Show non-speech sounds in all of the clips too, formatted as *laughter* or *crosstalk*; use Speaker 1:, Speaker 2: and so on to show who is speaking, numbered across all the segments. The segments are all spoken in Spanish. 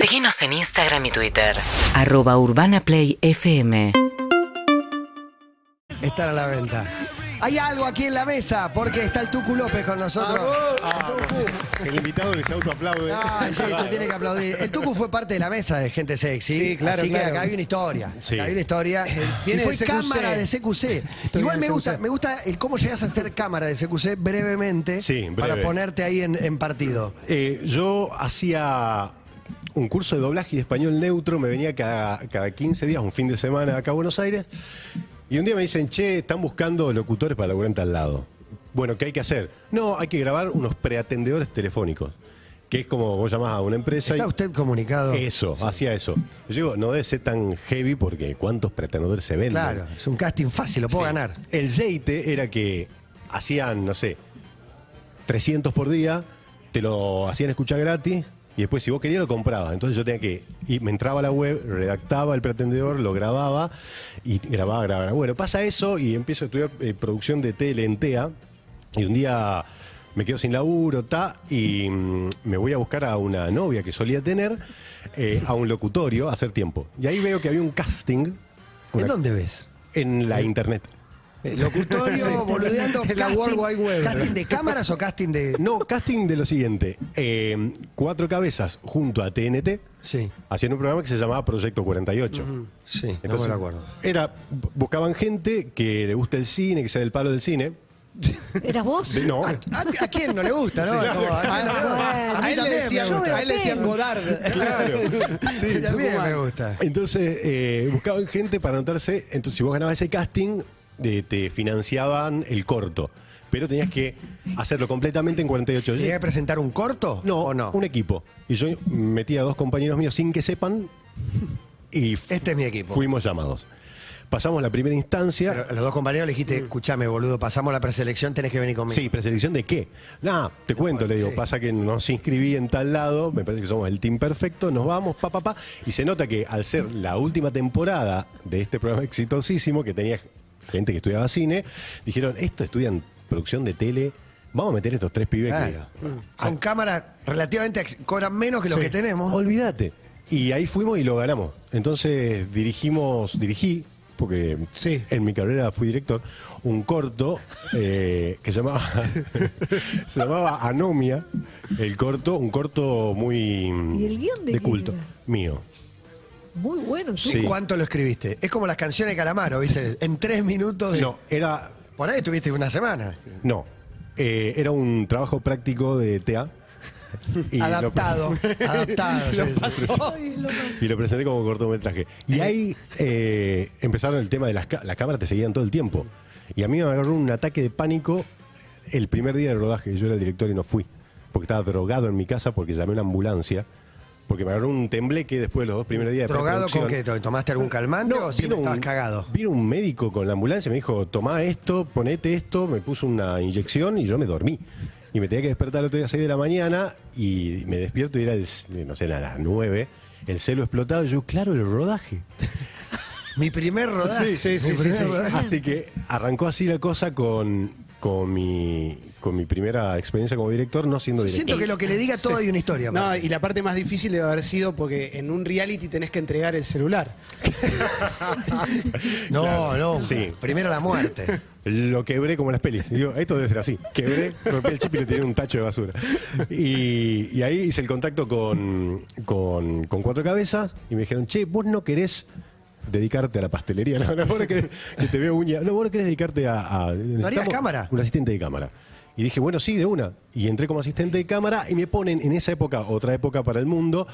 Speaker 1: Seguinos en Instagram y Twitter.
Speaker 2: Arroba Urbana Play FM.
Speaker 3: Están a la venta. Hay algo aquí en la mesa, porque está el Tucu López con nosotros. El Tucu.
Speaker 4: El invitado que se autoaplaude.
Speaker 3: Ay, Ah, sí, se tiene que aplaudir. El Tucu fue parte de la mesa de Gente Sexy.
Speaker 5: Sí, claro,
Speaker 3: Así
Speaker 5: claro.
Speaker 3: que acá hay una historia.
Speaker 4: Sí.
Speaker 3: Acá Hay una historia.
Speaker 5: Viene
Speaker 3: y fue
Speaker 5: de CQC.
Speaker 3: cámara de CQC. Igual
Speaker 5: de
Speaker 3: me
Speaker 5: CQC.
Speaker 3: gusta, me gusta el cómo llegas a ser cámara de CQC brevemente
Speaker 4: Sí, breve.
Speaker 3: para ponerte ahí en, en partido.
Speaker 4: Eh, yo hacía un curso de doblaje y de español neutro, me venía cada, cada 15 días, un fin de semana acá a Buenos Aires. Y un día me dicen, che, están buscando locutores para laburar en tal lado. Bueno, ¿qué hay que hacer? No, hay que grabar unos preatendedores telefónicos, que es como vos llamás a una empresa
Speaker 3: ¿Está
Speaker 4: y...
Speaker 3: usted comunicado?
Speaker 4: Eso, hacía eso. Yo digo, no debe ser tan heavy porque cuántos preatendedores se venden.
Speaker 3: Claro, es un casting fácil, lo puedo
Speaker 4: Sí.
Speaker 3: ganar.
Speaker 4: El yeite era que hacían, no sé, 300 por día, te lo hacían escuchar gratis y después si vos querías lo comprabas. Entonces yo tenía que, y me entraba a la web, redactaba el pretendedor, lo grababa y grababa, grababa. Bueno, pasa eso y empiezo a estudiar eh, producción de tele en TEA y un día me quedo sin laburo, ta, y mm, me voy a buscar a una novia que solía tener, eh, a un locutorio, a hacer tiempo. Y ahí veo que había un casting
Speaker 3: ¿En
Speaker 4: una-
Speaker 3: dónde ves?
Speaker 4: en la internet.
Speaker 3: Eh,
Speaker 5: *laughs*
Speaker 3: Locutorio, boludeando,
Speaker 5: En la
Speaker 3: casting-
Speaker 5: World Wide Web.
Speaker 3: ¿Casting de cámaras o casting
Speaker 5: *laughs*
Speaker 3: de...?
Speaker 4: No, casting de lo siguiente. Eh, cuatro cabezas junto a TNT
Speaker 3: Sí,
Speaker 4: haciendo un programa que se llamaba Proyecto 48.
Speaker 3: sí, no me lo acuerdo.
Speaker 4: Era, bu- buscaban gente que le guste el cine, que sea del palo del cine.
Speaker 6: ¿Eras vos?
Speaker 4: De- no,
Speaker 3: ¿A, a- a quién no le gusta, no?
Speaker 4: *laughs*
Speaker 3: Como, a, a- a- a
Speaker 5: A
Speaker 3: mí
Speaker 5: él le
Speaker 3: también
Speaker 5: decían,
Speaker 3: me gusta.
Speaker 5: a él le decían
Speaker 3: *laughs*
Speaker 5: Godard.
Speaker 4: claro.
Speaker 3: A mí
Speaker 4: Sí.
Speaker 3: también me gusta.
Speaker 4: Entonces, eh, buscaban gente para anotarse. Entonces, si vos ganabas ese casting, eh, te financiaban el corto. Pero tenías que hacerlo completamente en 48
Speaker 3: ¿Tenía que presentar un corto
Speaker 4: No,
Speaker 3: o no?
Speaker 4: un equipo. Y yo metí a dos compañeros míos sin que sepan
Speaker 3: *laughs*
Speaker 4: y fu-
Speaker 3: Este es mi equipo.
Speaker 4: fuimos llamados. Pasamos la primera instancia.
Speaker 3: Pero a los dos compañeros le dijiste, escuchame, boludo, pasamos la preselección, tenés que venir conmigo.
Speaker 4: Mm. Sí, preselección de qué? Nada, te cuento, le digo,
Speaker 3: sí.
Speaker 4: pasa que nos inscribí en tal lado, me parece que somos el team perfecto, nos vamos, pa, pa, pa, y se nota que al ser la última temporada de este programa exitosísimo, que tenía gente que estudiaba cine, dijeron, esto estudian producción de tele, vamos a meter estos tres pibes que- Mm.
Speaker 3: Claro. Son cámaras relativamente, ex- cobran menos que los
Speaker 4: Sí.
Speaker 3: que tenemos.
Speaker 4: Olvídate. Y ahí fuimos y lo ganamos. Entonces dirigimos, dirigí, porque
Speaker 5: Sí.
Speaker 4: en mi carrera fui director, un corto eh, que llamaba, *laughs* se llamaba Anomia, el corto, un corto muy mm,
Speaker 6: ¿Y el guión de quién
Speaker 4: culto.
Speaker 6: era?
Speaker 4: Mío.
Speaker 6: Muy bueno. tú.
Speaker 4: Sí.
Speaker 3: ¿Cuánto lo escribiste? Es como las canciones de Calamaro, ¿viste? En tres minutos.
Speaker 4: No, era.
Speaker 3: Por ahí tuviste una semana.
Speaker 4: No. Eh, era un trabajo práctico de TEA. Y lo-
Speaker 3: adaptado.
Speaker 4: *laughs*
Speaker 3: adaptado. sí, sí, sí.
Speaker 4: Y lo presenté como cortometraje. Y ahí eh, empezaron el tema de las, ca- las cámaras, te seguían todo el tiempo. Y a mí me agarró un ataque de pánico el primer día del rodaje. Yo era el director y no fui. Porque estaba drogado en mi casa porque llamé a una ambulancia. Porque me agarró un tembleque después de los dos primeros días de
Speaker 3: ¿Drogado con
Speaker 4: preproducción.
Speaker 3: qué? ¿Tomaste algún calmante o siempre Oh, estabas cagado?
Speaker 4: Vino un médico con la ambulancia y me dijo, tomá esto, ponete esto, me puso una inyección y yo me dormí. Y me tenía que despertar el otro día a 6 de la mañana y me despierto y era, el, no sé, a las 9, el celo explotado y yo, claro, el rodaje.
Speaker 3: Mi primer rodaje.
Speaker 5: Sí, sí,
Speaker 3: mi
Speaker 5: sí,
Speaker 3: primer
Speaker 5: sí, sí.
Speaker 3: rodaje.
Speaker 4: Así que arrancó así la cosa con, con, mi, con mi primera experiencia como director, no siendo director.
Speaker 3: Siento que lo que le diga todo hay una historia.
Speaker 5: No,
Speaker 3: aparte.
Speaker 5: y la parte más difícil debe haber sido porque en un reality tenés que entregar el celular.
Speaker 3: No, no.
Speaker 4: Sí.
Speaker 3: Primero la muerte.
Speaker 4: Lo quebré como en las pelis. Digo, esto debe ser así. Quebré, rompí el chip y le tiré en un tacho de basura. Y, y ahí hice el contacto con, con, con Cuatro Cabezas y me dijeron, che, vos no querés dedicarte a la pastelería. *laughs* No, no, vos no querés que te veo uña. No, vos no querés dedicarte a... a necesitamos
Speaker 3: cámara?
Speaker 4: Un asistente de cámara. Y dije, bueno, sí, de una. Y entré como asistente de cámara y me ponen en esa época, otra época para el mundo,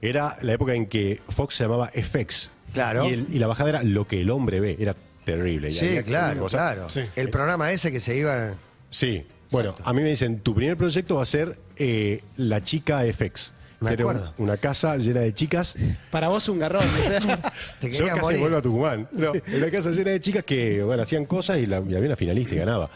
Speaker 4: era la época en que Fox se llamaba FX.
Speaker 3: Claro.
Speaker 4: Y, el- y la bajada era lo que el hombre ve. Era terrible. *laughs* Y
Speaker 3: Sí,
Speaker 4: había una
Speaker 3: claro,
Speaker 4: cosa-
Speaker 3: claro.
Speaker 4: Sí.
Speaker 3: El programa ese que se iba.
Speaker 4: Sí. Bueno, a mí me dicen, tu primer proyecto va a ser eh, La Chica FX.
Speaker 3: Me
Speaker 4: Que era un-
Speaker 3: acuerdo.
Speaker 4: una casa llena de chicas.
Speaker 5: Para vos un garrón.
Speaker 3: *laughs* Te
Speaker 4: Yo
Speaker 3: quería
Speaker 4: casi
Speaker 3: morir.
Speaker 4: vuelvo a Tucumán. No, Una casa llena de chicas que bueno, hacían cosas y, la, y había una finalista y ganaba.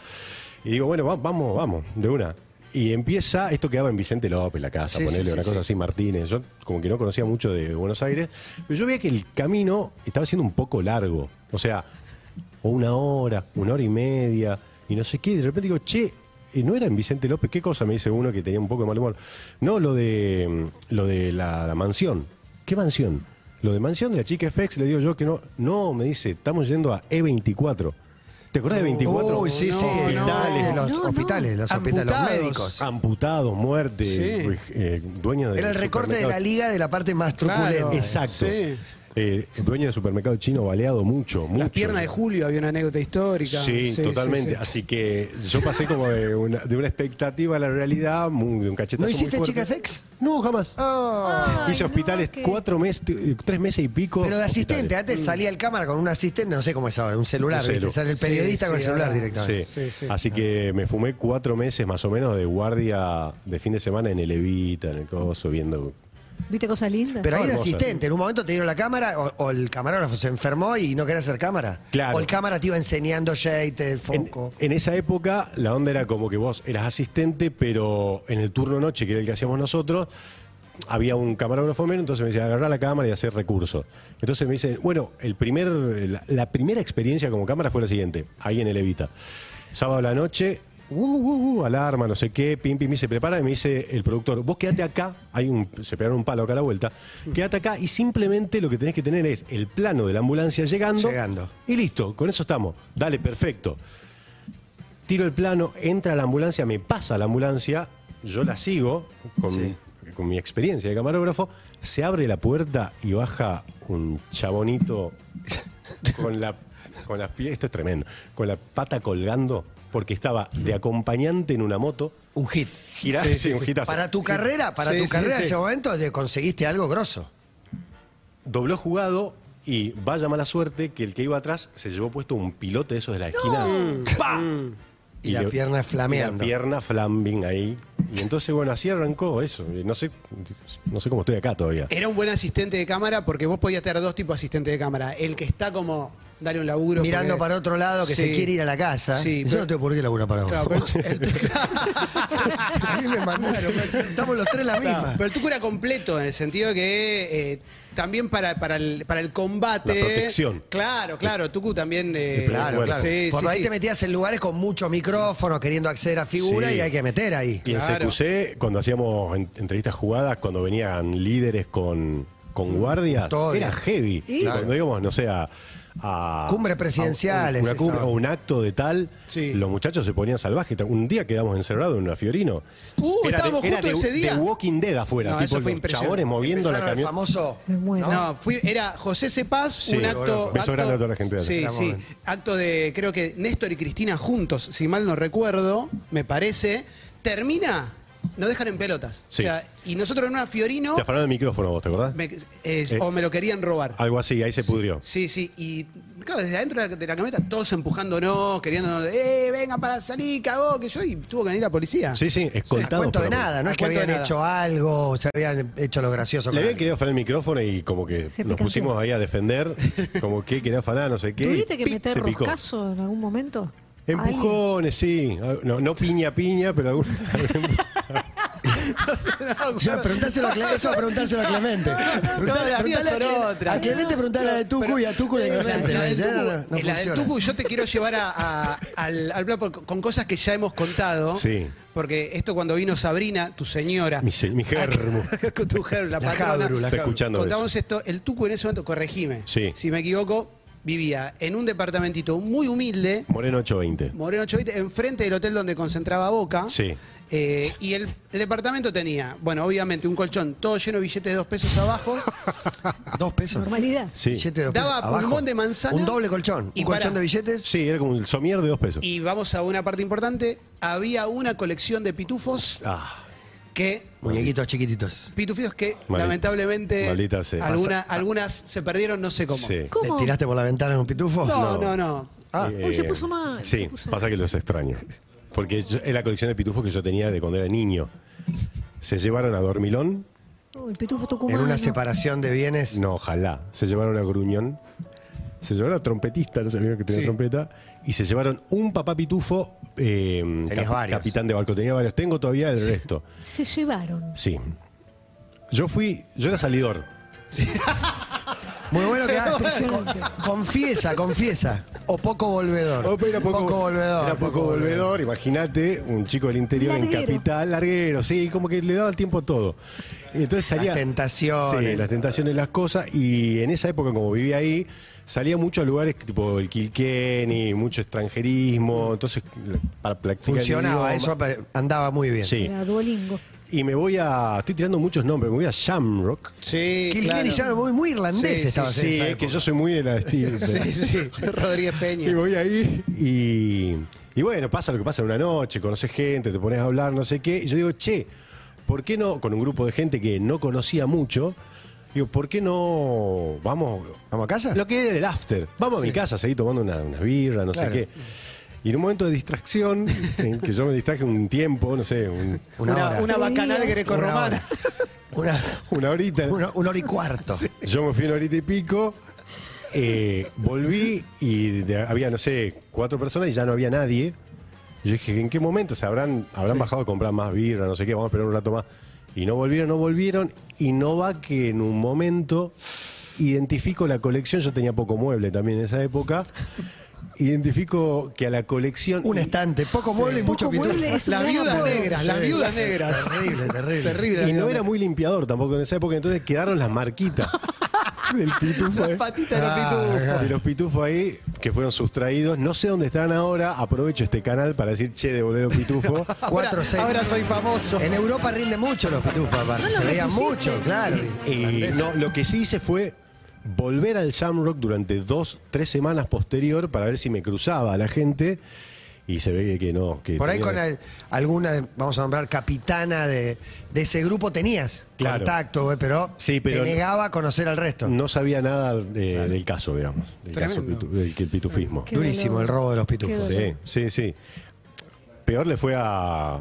Speaker 4: Y digo, bueno, va- vamos, vamos, de una. Y empieza, esto quedaba en Vicente López, la casa,
Speaker 3: Sí,
Speaker 4: ponerle
Speaker 3: sí, sí,
Speaker 4: una
Speaker 3: sí.
Speaker 4: cosa así, Martínez. Yo como que no conocía mucho de Buenos Aires, pero yo veía que el camino estaba siendo un poco largo. O sea, o una hora, una hora y media, y no sé qué. Y de repente digo, che, eh, no era en Vicente López, ¿qué cosa? Me dice uno que tenía un poco de mal humor. No, lo de, mm, lo de la, la mansión. ¿qué mansión? Lo de mansión de la chica FX le digo yo que no. No, me dice, estamos yendo a E24. ¿Te acordás de E 24?
Speaker 3: Oh, Uy, sí, sí.
Speaker 4: Hospitales.
Speaker 3: de los
Speaker 6: No, no.
Speaker 3: hospitales, los hospitales, los
Speaker 5: Amputados.
Speaker 3: médicos.
Speaker 4: Ah, Amputados, muerte,
Speaker 5: Sí.
Speaker 4: eh, dueño de.
Speaker 3: Era el recorte de la liga de la parte más
Speaker 5: Claro.
Speaker 3: truculenta.
Speaker 4: Exacto.
Speaker 5: Sí.
Speaker 4: Eh, dueño del supermercado chino, baleado mucho, mucho.
Speaker 5: Las piernas de Julio había una anécdota histórica.
Speaker 4: Sí, totalmente.
Speaker 5: sí.
Speaker 4: Así que yo pasé como de una, de una expectativa a la realidad, muy- de un cachetazo.
Speaker 3: ¿No
Speaker 4: muy
Speaker 3: hiciste
Speaker 4: fuerte.
Speaker 3: Chica FX?
Speaker 4: No, jamás.
Speaker 3: Oh,
Speaker 6: Ay,
Speaker 4: Hice
Speaker 6: no,
Speaker 4: hospitales
Speaker 6: que-
Speaker 4: cuatro meses, t- eh, tres meses y pico.
Speaker 3: Pero de asistente,
Speaker 4: hospitales. Mm.
Speaker 3: antes salía el cámara con un asistente, no sé cómo es ahora, un celular,
Speaker 4: Un
Speaker 3: ¿viste?
Speaker 4: celu.
Speaker 3: Sale el
Speaker 5: Sí,
Speaker 3: periodista con el
Speaker 5: sí,
Speaker 3: celular
Speaker 5: ahora.
Speaker 3: directamente.
Speaker 4: Sí.
Speaker 5: Sí, sí.
Speaker 4: Así que me fumé cuatro meses más o menos de guardia de fin de semana en el Evita, en el Coso, viendo.
Speaker 6: ¿Viste cosas lindas?
Speaker 3: Pero ahí de
Speaker 4: Hermoso.
Speaker 3: asistente, en un momento te dieron la cámara o, o el camarógrafo se enfermó y no quería hacer cámara.
Speaker 4: Claro.
Speaker 3: O el cámara te iba enseñando eh, shade, el
Speaker 4: En,
Speaker 3: foco.
Speaker 4: en esa época la onda era como que vos eras asistente, pero en el turno noche, que era el que hacíamos nosotros, había un camarógrafo menos, entonces me decía, agarrar la cámara y hacer recursos. Entonces me dicen, bueno, el primer, la, la primera experiencia como cámara fue la siguiente, ahí en el Evita. Sábado a la noche, uh, uh, uh, alarma, no sé qué, pim, pim, y se prepara y me dice el productor, vos quedate acá, hay un, se pegaron un palo acá a la vuelta, quedate acá y simplemente lo que tenés que tener es el plano de la ambulancia llegando.
Speaker 3: Llegando.
Speaker 4: Y listo, con eso estamos. Dale, perfecto. Tiro el plano, entra la ambulancia, me pasa la ambulancia, yo la sigo con,
Speaker 3: Sí.
Speaker 4: con mi experiencia de camarógrafo, se abre la puerta y baja un chabonito *laughs* con la con las pie- esto es tremendo, con la pata colgando porque estaba de acompañante en una moto,
Speaker 3: Un hit.
Speaker 4: girás
Speaker 5: Sí, sí,
Speaker 4: y eh, un
Speaker 5: sí.
Speaker 4: gitazo.
Speaker 3: Para tu carrera, para
Speaker 5: Sí,
Speaker 3: tu
Speaker 5: sí,
Speaker 3: carrera en
Speaker 5: sí.
Speaker 3: ese momento te conseguiste algo grosso.
Speaker 4: dobló jugado y vaya mala suerte que el que iba atrás se llevó puesto un pilote de esos de la esquina. ¡Pa!
Speaker 3: Y la
Speaker 4: le-
Speaker 3: pierna
Speaker 4: y
Speaker 3: flameando.
Speaker 4: La pierna flambing ahí. Y entonces, bueno, así arrancó eso. Y No sé, no sé cómo estoy acá todavía.
Speaker 5: Era un buen asistente de cámara porque vos podías tener dos tipos de asistente de cámara. El que está como, dale un laburo.
Speaker 3: Mirando
Speaker 5: porque-
Speaker 3: para otro lado que se
Speaker 5: Sí.
Speaker 3: quiere ir a la casa.
Speaker 5: Sí,
Speaker 3: Yo
Speaker 5: pero-
Speaker 3: no tengo por qué laburar para vos.
Speaker 5: Claro, pero, el,
Speaker 3: *laughs* a mí me mandaron. Estamos los tres la misma.
Speaker 5: pero el tuco era completo en el sentido que eh, también para, para, el, para el combate.
Speaker 4: La protección.
Speaker 5: Claro, claro. Tucu también. eh,
Speaker 3: Claro, claro.
Speaker 5: Sí,
Speaker 3: Por
Speaker 5: sí,
Speaker 3: ahí
Speaker 5: sí.
Speaker 3: te metías en lugares con muchos micrófonos, queriendo acceder a figuras
Speaker 4: Sí.
Speaker 3: y hay que meter ahí.
Speaker 4: Y en
Speaker 5: Claro.
Speaker 4: CQC, cuando hacíamos en- entrevistas jugadas, cuando venían líderes con, con guardias,
Speaker 3: Todo
Speaker 4: era
Speaker 3: bien.
Speaker 4: heavy.
Speaker 6: Y-
Speaker 4: Cuando íbamos, no sé, a. a-
Speaker 3: Cumbres
Speaker 4: a-
Speaker 3: presidenciales,
Speaker 4: una cumbre
Speaker 3: esa.
Speaker 4: o un acto de tal,
Speaker 5: Sí.
Speaker 4: los muchachos se ponían salvajes. Un día quedamos encerrados en una Fiorino.
Speaker 5: Uh, estábamos
Speaker 4: era
Speaker 5: justo ese día.
Speaker 4: de Walking Dead afuera,
Speaker 5: No,
Speaker 4: tipo
Speaker 5: eso fue
Speaker 4: los
Speaker 5: impresionante.
Speaker 4: chabones moviendo la
Speaker 3: Empezaron el
Speaker 4: camioneta.
Speaker 3: famoso.
Speaker 6: Me muero.
Speaker 5: No, fui- era José Cepaz,
Speaker 4: Sí,
Speaker 5: un
Speaker 4: bueno,
Speaker 5: acto.
Speaker 4: beso
Speaker 5: acto-
Speaker 4: grande a toda la gente de
Speaker 5: Sí,
Speaker 3: allá.
Speaker 5: sí.
Speaker 3: Gran momento.
Speaker 5: Acto de, creo que Néstor y Cristina juntos, si mal no recuerdo, me parece. Termina, no dejan en pelotas.
Speaker 4: Sí.
Speaker 5: O sea, y nosotros en una Fiorino,
Speaker 4: Te afanaron el micrófono vos, ¿te acordás?
Speaker 5: me- eh, o me lo querían robar.
Speaker 4: Algo así, ahí se pudrió.
Speaker 5: Sí, sí, y claro, desde adentro de la, de la camioneta, todos empujándonos, queriéndonos, ¡eh, vengan para salir, cagó! Que yo, y tuvo que venir la
Speaker 3: Ah.
Speaker 5: policía. *laughs*
Speaker 4: Sí, sí,
Speaker 3: A
Speaker 4: escoltado.
Speaker 3: cuento de nada, no
Speaker 5: A
Speaker 3: es que
Speaker 5: cuento de
Speaker 3: habían
Speaker 5: nada.
Speaker 3: hecho algo, se habían hecho lo gracioso.
Speaker 4: ah, Le
Speaker 3: con
Speaker 4: habían
Speaker 3: alguien.
Speaker 4: querido afanar el micrófono y como que
Speaker 6: Se
Speaker 4: nos
Speaker 6: picanteó.
Speaker 4: pusimos ahí a defender, como que quería afanar, no sé qué. y
Speaker 6: ¿Tuviste que
Speaker 4: ¡pip!
Speaker 6: meter
Speaker 4: se picó.
Speaker 6: roscazo en algún momento?
Speaker 4: Empujones, sí. Ah, No, no piña piña, pero algún-
Speaker 3: Ya, preguntáselo a Clemente, eso preguntáselo a
Speaker 5: *laughs*
Speaker 3: Clemente. Preguntá-
Speaker 5: las
Speaker 3: preguntale
Speaker 5: mías
Speaker 3: a
Speaker 5: son
Speaker 3: Clemente-
Speaker 5: otras.
Speaker 3: A Clemente preguntale la de Tucu y a Tucu la de
Speaker 5: La,
Speaker 3: Clemente.
Speaker 5: la del
Speaker 3: Ya no-
Speaker 5: Tucu,
Speaker 3: no
Speaker 5: la del
Speaker 3: funciona.
Speaker 5: Tucu, yo te quiero llevar a- a- al, al plan por- con cosas que ya hemos contado.
Speaker 4: Sí.
Speaker 5: Porque esto cuando vino Sabrina, tu
Speaker 4: *laughs*
Speaker 5: señora.
Speaker 4: Mi se- mi germo.
Speaker 5: *laughs* Con tu germo, la
Speaker 3: La
Speaker 5: patrona.
Speaker 3: jabru, la
Speaker 4: Está jabru. escuchando
Speaker 5: Contamos esto. El Tucu en ese momento, corregime.
Speaker 4: Sí.
Speaker 5: Si me equivoco, vivía en un departamentito muy humilde,
Speaker 4: Moreno 820.
Speaker 5: Moreno Chavite, enfrente del hotel donde concentraba Boca.
Speaker 4: Sí.
Speaker 5: Eh, y el, el departamento tenía, bueno, obviamente un colchón todo lleno de billetes de dos pesos abajo.
Speaker 4: *laughs*
Speaker 3: Dos pesos.
Speaker 6: Normalidad.
Speaker 4: Sí.
Speaker 3: Billete de dos
Speaker 5: Daba
Speaker 3: pesos abajo.
Speaker 5: pulmón de manzana.
Speaker 3: Un doble colchón.
Speaker 5: Y
Speaker 3: un colchón
Speaker 5: pará.
Speaker 3: de billetes.
Speaker 4: Sí, era como un somier de dos pesos.
Speaker 5: Y vamos a una parte importante. Había una colección de pitufos
Speaker 4: Ah,
Speaker 5: que.
Speaker 3: Muñequitos chiquititos.
Speaker 5: Pitufos que
Speaker 4: Maldita-
Speaker 5: lamentablemente
Speaker 4: maldita sea.
Speaker 5: alguna- algunas se perdieron, no sé cómo.
Speaker 4: sí.
Speaker 6: ¿Cómo?
Speaker 3: ¿Le tiraste por la ventana en un pitufo?
Speaker 5: No,
Speaker 4: No.
Speaker 5: no, no.
Speaker 3: Ah.
Speaker 6: Uy, se puso mal,
Speaker 4: Eh, Sí,
Speaker 6: se puso
Speaker 4: pasa que los extraño. Porque yo- es la colección de pitufos que yo tenía de cuando era niño. Se llevaron a Dormilón.
Speaker 6: Oh, el pitufo
Speaker 3: En
Speaker 6: tucumano.
Speaker 3: una separación de bienes.
Speaker 4: No, ojalá. Se llevaron a Gruñón, se llevaron a trompetista, no sabía que tenía
Speaker 5: Sí.
Speaker 4: trompeta, y se llevaron un papá pitufo, eh,
Speaker 3: Tenías varios.
Speaker 4: capitán de barco. Tenía varios. Tengo todavía el resto.
Speaker 6: Se llevaron.
Speaker 4: Sí. Yo fui, yo era salidor.
Speaker 3: Muy bueno que hagas-
Speaker 6: Impresionante.
Speaker 3: con- Confiesa, confiesa. O poco volvedor.
Speaker 4: Era
Speaker 3: volvedor.
Speaker 4: Era poco, volvedor, imagínate, un chico del interior en
Speaker 6: Larguero.
Speaker 4: capital, larguero, sí, como que le daba el tiempo a todo. Y entonces salía.
Speaker 3: Las tentaciones.
Speaker 4: Sí, las tentaciones, las cosas. Y en esa época, como vivía ahí, salía mucho a lugares tipo el Kilkenny, mucho extranjerismo. Entonces, para practicar. el
Speaker 3: Funcionaba,
Speaker 4: idioma.
Speaker 3: eso pa- andaba muy bien.
Speaker 4: Sí.
Speaker 6: Era Duolingo.
Speaker 4: Y me voy a. Estoy tirando muchos nombres. Me voy a Shamrock.
Speaker 5: Sí,
Speaker 3: Kilkenny ya muy, muy irlandés
Speaker 5: Sí,
Speaker 3: estaba en
Speaker 4: Sí,
Speaker 3: esa
Speaker 4: es que
Speaker 3: época.
Speaker 4: yo soy muy de la
Speaker 3: *laughs*
Speaker 4: estirpe.
Speaker 5: Sí, *laughs* sí. Rodríguez Peña.
Speaker 4: Y voy ahí y, y bueno, pasa lo que pasa en una noche, conoces gente, te pones a hablar, no sé qué. Y yo digo, che, ¿por qué no, con un grupo de gente que no conocía mucho, digo, ¿por qué no vamos?
Speaker 3: ¿Vamos a casa?
Speaker 4: Lo que era el after. Vamos a mi casa, seguí tomando una, una birra, no
Speaker 3: Claro.
Speaker 4: sé qué. Y en un momento
Speaker 3: *laughs*
Speaker 4: de distracción, en que yo me distraje un tiempo, no sé, un-
Speaker 3: Una, hora.
Speaker 5: una bacanal
Speaker 6: Una
Speaker 5: grecorromana.
Speaker 3: Una,
Speaker 4: una horita.
Speaker 3: una- una hora y
Speaker 4: *laughs*
Speaker 3: cuarto.
Speaker 4: Yo me fui una horita y pico, eh, volví y de- había, no sé, cuatro personas y ya no había nadie. Yo dije, ¿en qué momento? se habrán, habrán bajado a comprar más birra, no sé qué, vamos a esperar un rato más. Y no volvieron, no volvieron. Y no va que en un momento identifico la colección, yo tenía poco mueble también en esa época, *laughs* identifico que a la colección...
Speaker 3: Un estante, poco mueble y
Speaker 6: Poco
Speaker 3: mucho pitufo.
Speaker 6: mueble es un
Speaker 5: Las
Speaker 6: gran
Speaker 5: viudas
Speaker 6: apodo.
Speaker 5: negras, las
Speaker 3: Sí.
Speaker 5: viudas negras.
Speaker 3: Terrible, terrible.
Speaker 5: Terrible.
Speaker 4: Y no era muy limpiador tampoco en esa época, entonces quedaron las
Speaker 5: *laughs*
Speaker 4: marquitas del pitufo.
Speaker 5: Las
Speaker 4: eh.
Speaker 5: patitas de los
Speaker 3: Ah,
Speaker 5: pitufos.
Speaker 4: de los pitufos ahí que fueron sustraídos. No sé dónde están ahora. Aprovecho este canal para decir, che, devolver los
Speaker 5: *laughs*
Speaker 4: pitufos.
Speaker 3: Cuatro, seis.
Speaker 5: Ahora soy famoso.
Speaker 3: En Europa rinde mucho los pitufos, aparte.
Speaker 6: No lo
Speaker 3: Se veían
Speaker 6: repusiste.
Speaker 3: mucho, claro.
Speaker 4: y
Speaker 3: Irlandeses.
Speaker 4: no, lo que sí hice fue volver al Shamrock durante dos, tres semanas posterior para ver si me cruzaba a la gente. Y se ve que no. Que
Speaker 3: Por ahí
Speaker 4: tenía-
Speaker 3: con al- alguna, vamos a nombrar, capitana de, de ese grupo tenías
Speaker 4: Claro.
Speaker 3: contacto, güey, pero,
Speaker 4: Sí, pero-
Speaker 3: te negaba a conocer al resto.
Speaker 4: No sabía nada de- del caso, digamos. Del caso
Speaker 5: Tremendo.
Speaker 4: pitu- del que- pitufismo.
Speaker 6: Qué
Speaker 3: Durísimo
Speaker 6: dolor.
Speaker 3: el robo de los pitufos. eh.
Speaker 6: Qué
Speaker 4: Sí, sí, sí. Peor le fue a,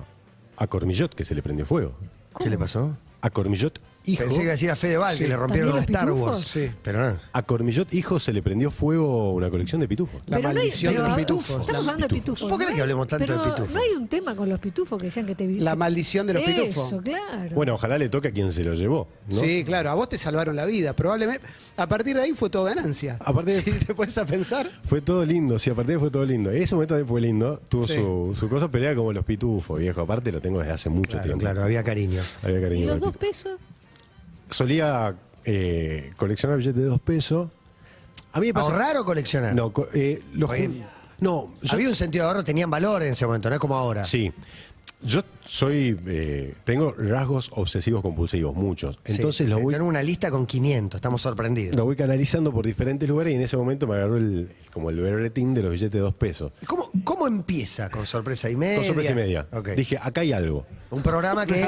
Speaker 4: a Cormillot, que se le prendió fuego.
Speaker 3: ¿Qué le pasó?
Speaker 4: A Cormillot, hijo.
Speaker 3: Pensé que iba a decir a Fedeval que le rompieron la
Speaker 6: ¿También los
Speaker 3: Star
Speaker 6: pitufos?
Speaker 3: Wars.
Speaker 5: Sí.
Speaker 3: Pero
Speaker 4: *laughs*
Speaker 3: no.
Speaker 4: A Cormillot, hijo, se le prendió fuego una colección de pitufos.
Speaker 5: La
Speaker 6: Pero no hay-
Speaker 5: maldición
Speaker 6: pero
Speaker 5: de los
Speaker 6: a-
Speaker 5: pitufos.
Speaker 6: Estamos
Speaker 4: La-
Speaker 6: hablando de pitufos.
Speaker 3: ¿Por qué
Speaker 6: ¿no?
Speaker 3: que hablemos tanto
Speaker 6: Pero
Speaker 3: de pitufos?
Speaker 6: No hay un tema con los pitufos que decían que te
Speaker 5: La maldición de los pitufos.
Speaker 6: Eso, claro.
Speaker 4: Bueno, ojalá le toque a quien se lo llevó. ¿no?
Speaker 5: Sí, claro, a vos te salvaron la vida, probablemente. A partir de ahí fue todo ganancia.
Speaker 4: A partir de-
Speaker 5: Si te pones a pensar.
Speaker 4: Fue todo lindo, sí, a partir de fue todo lindo. Ese momento también fue lindo, tuvo
Speaker 5: Sí.
Speaker 4: su, su cosa, pelea como los pitufos, viejo. Aparte lo tengo desde hace mucho
Speaker 3: Claro,
Speaker 4: tiempo.
Speaker 3: claro, había cariño.
Speaker 4: Había cariño
Speaker 6: ¿Y los
Speaker 4: por
Speaker 6: dos
Speaker 4: el
Speaker 6: pesos?
Speaker 4: pitufo. Solía eh, coleccionar billetes de dos pesos. A mí me pasa...
Speaker 3: ¿Ahorrar o coleccionar?
Speaker 4: No, co- eh, los
Speaker 3: Oye,
Speaker 4: jun- no yo-
Speaker 3: Había un sentido de ahorro, tenían valor en ese momento, no es como ahora.
Speaker 4: Sí. Yo soy... eh, tengo rasgos obsesivos compulsivos, muchos.
Speaker 3: Sí,
Speaker 4: Entonces los
Speaker 3: te-
Speaker 4: voy...
Speaker 3: Tenemos una lista con 500, estamos sorprendidos.
Speaker 4: Lo voy canalizando por diferentes lugares y en ese momento me agarró el, como el berretín de los billetes de dos pesos.
Speaker 3: ¿Cómo, ¿Cómo empieza? ¿Con sorpresa y media?
Speaker 4: Con sorpresa y media.
Speaker 3: Ok.
Speaker 4: Dije, acá hay algo.
Speaker 3: Un programa
Speaker 4: *laughs*
Speaker 3: que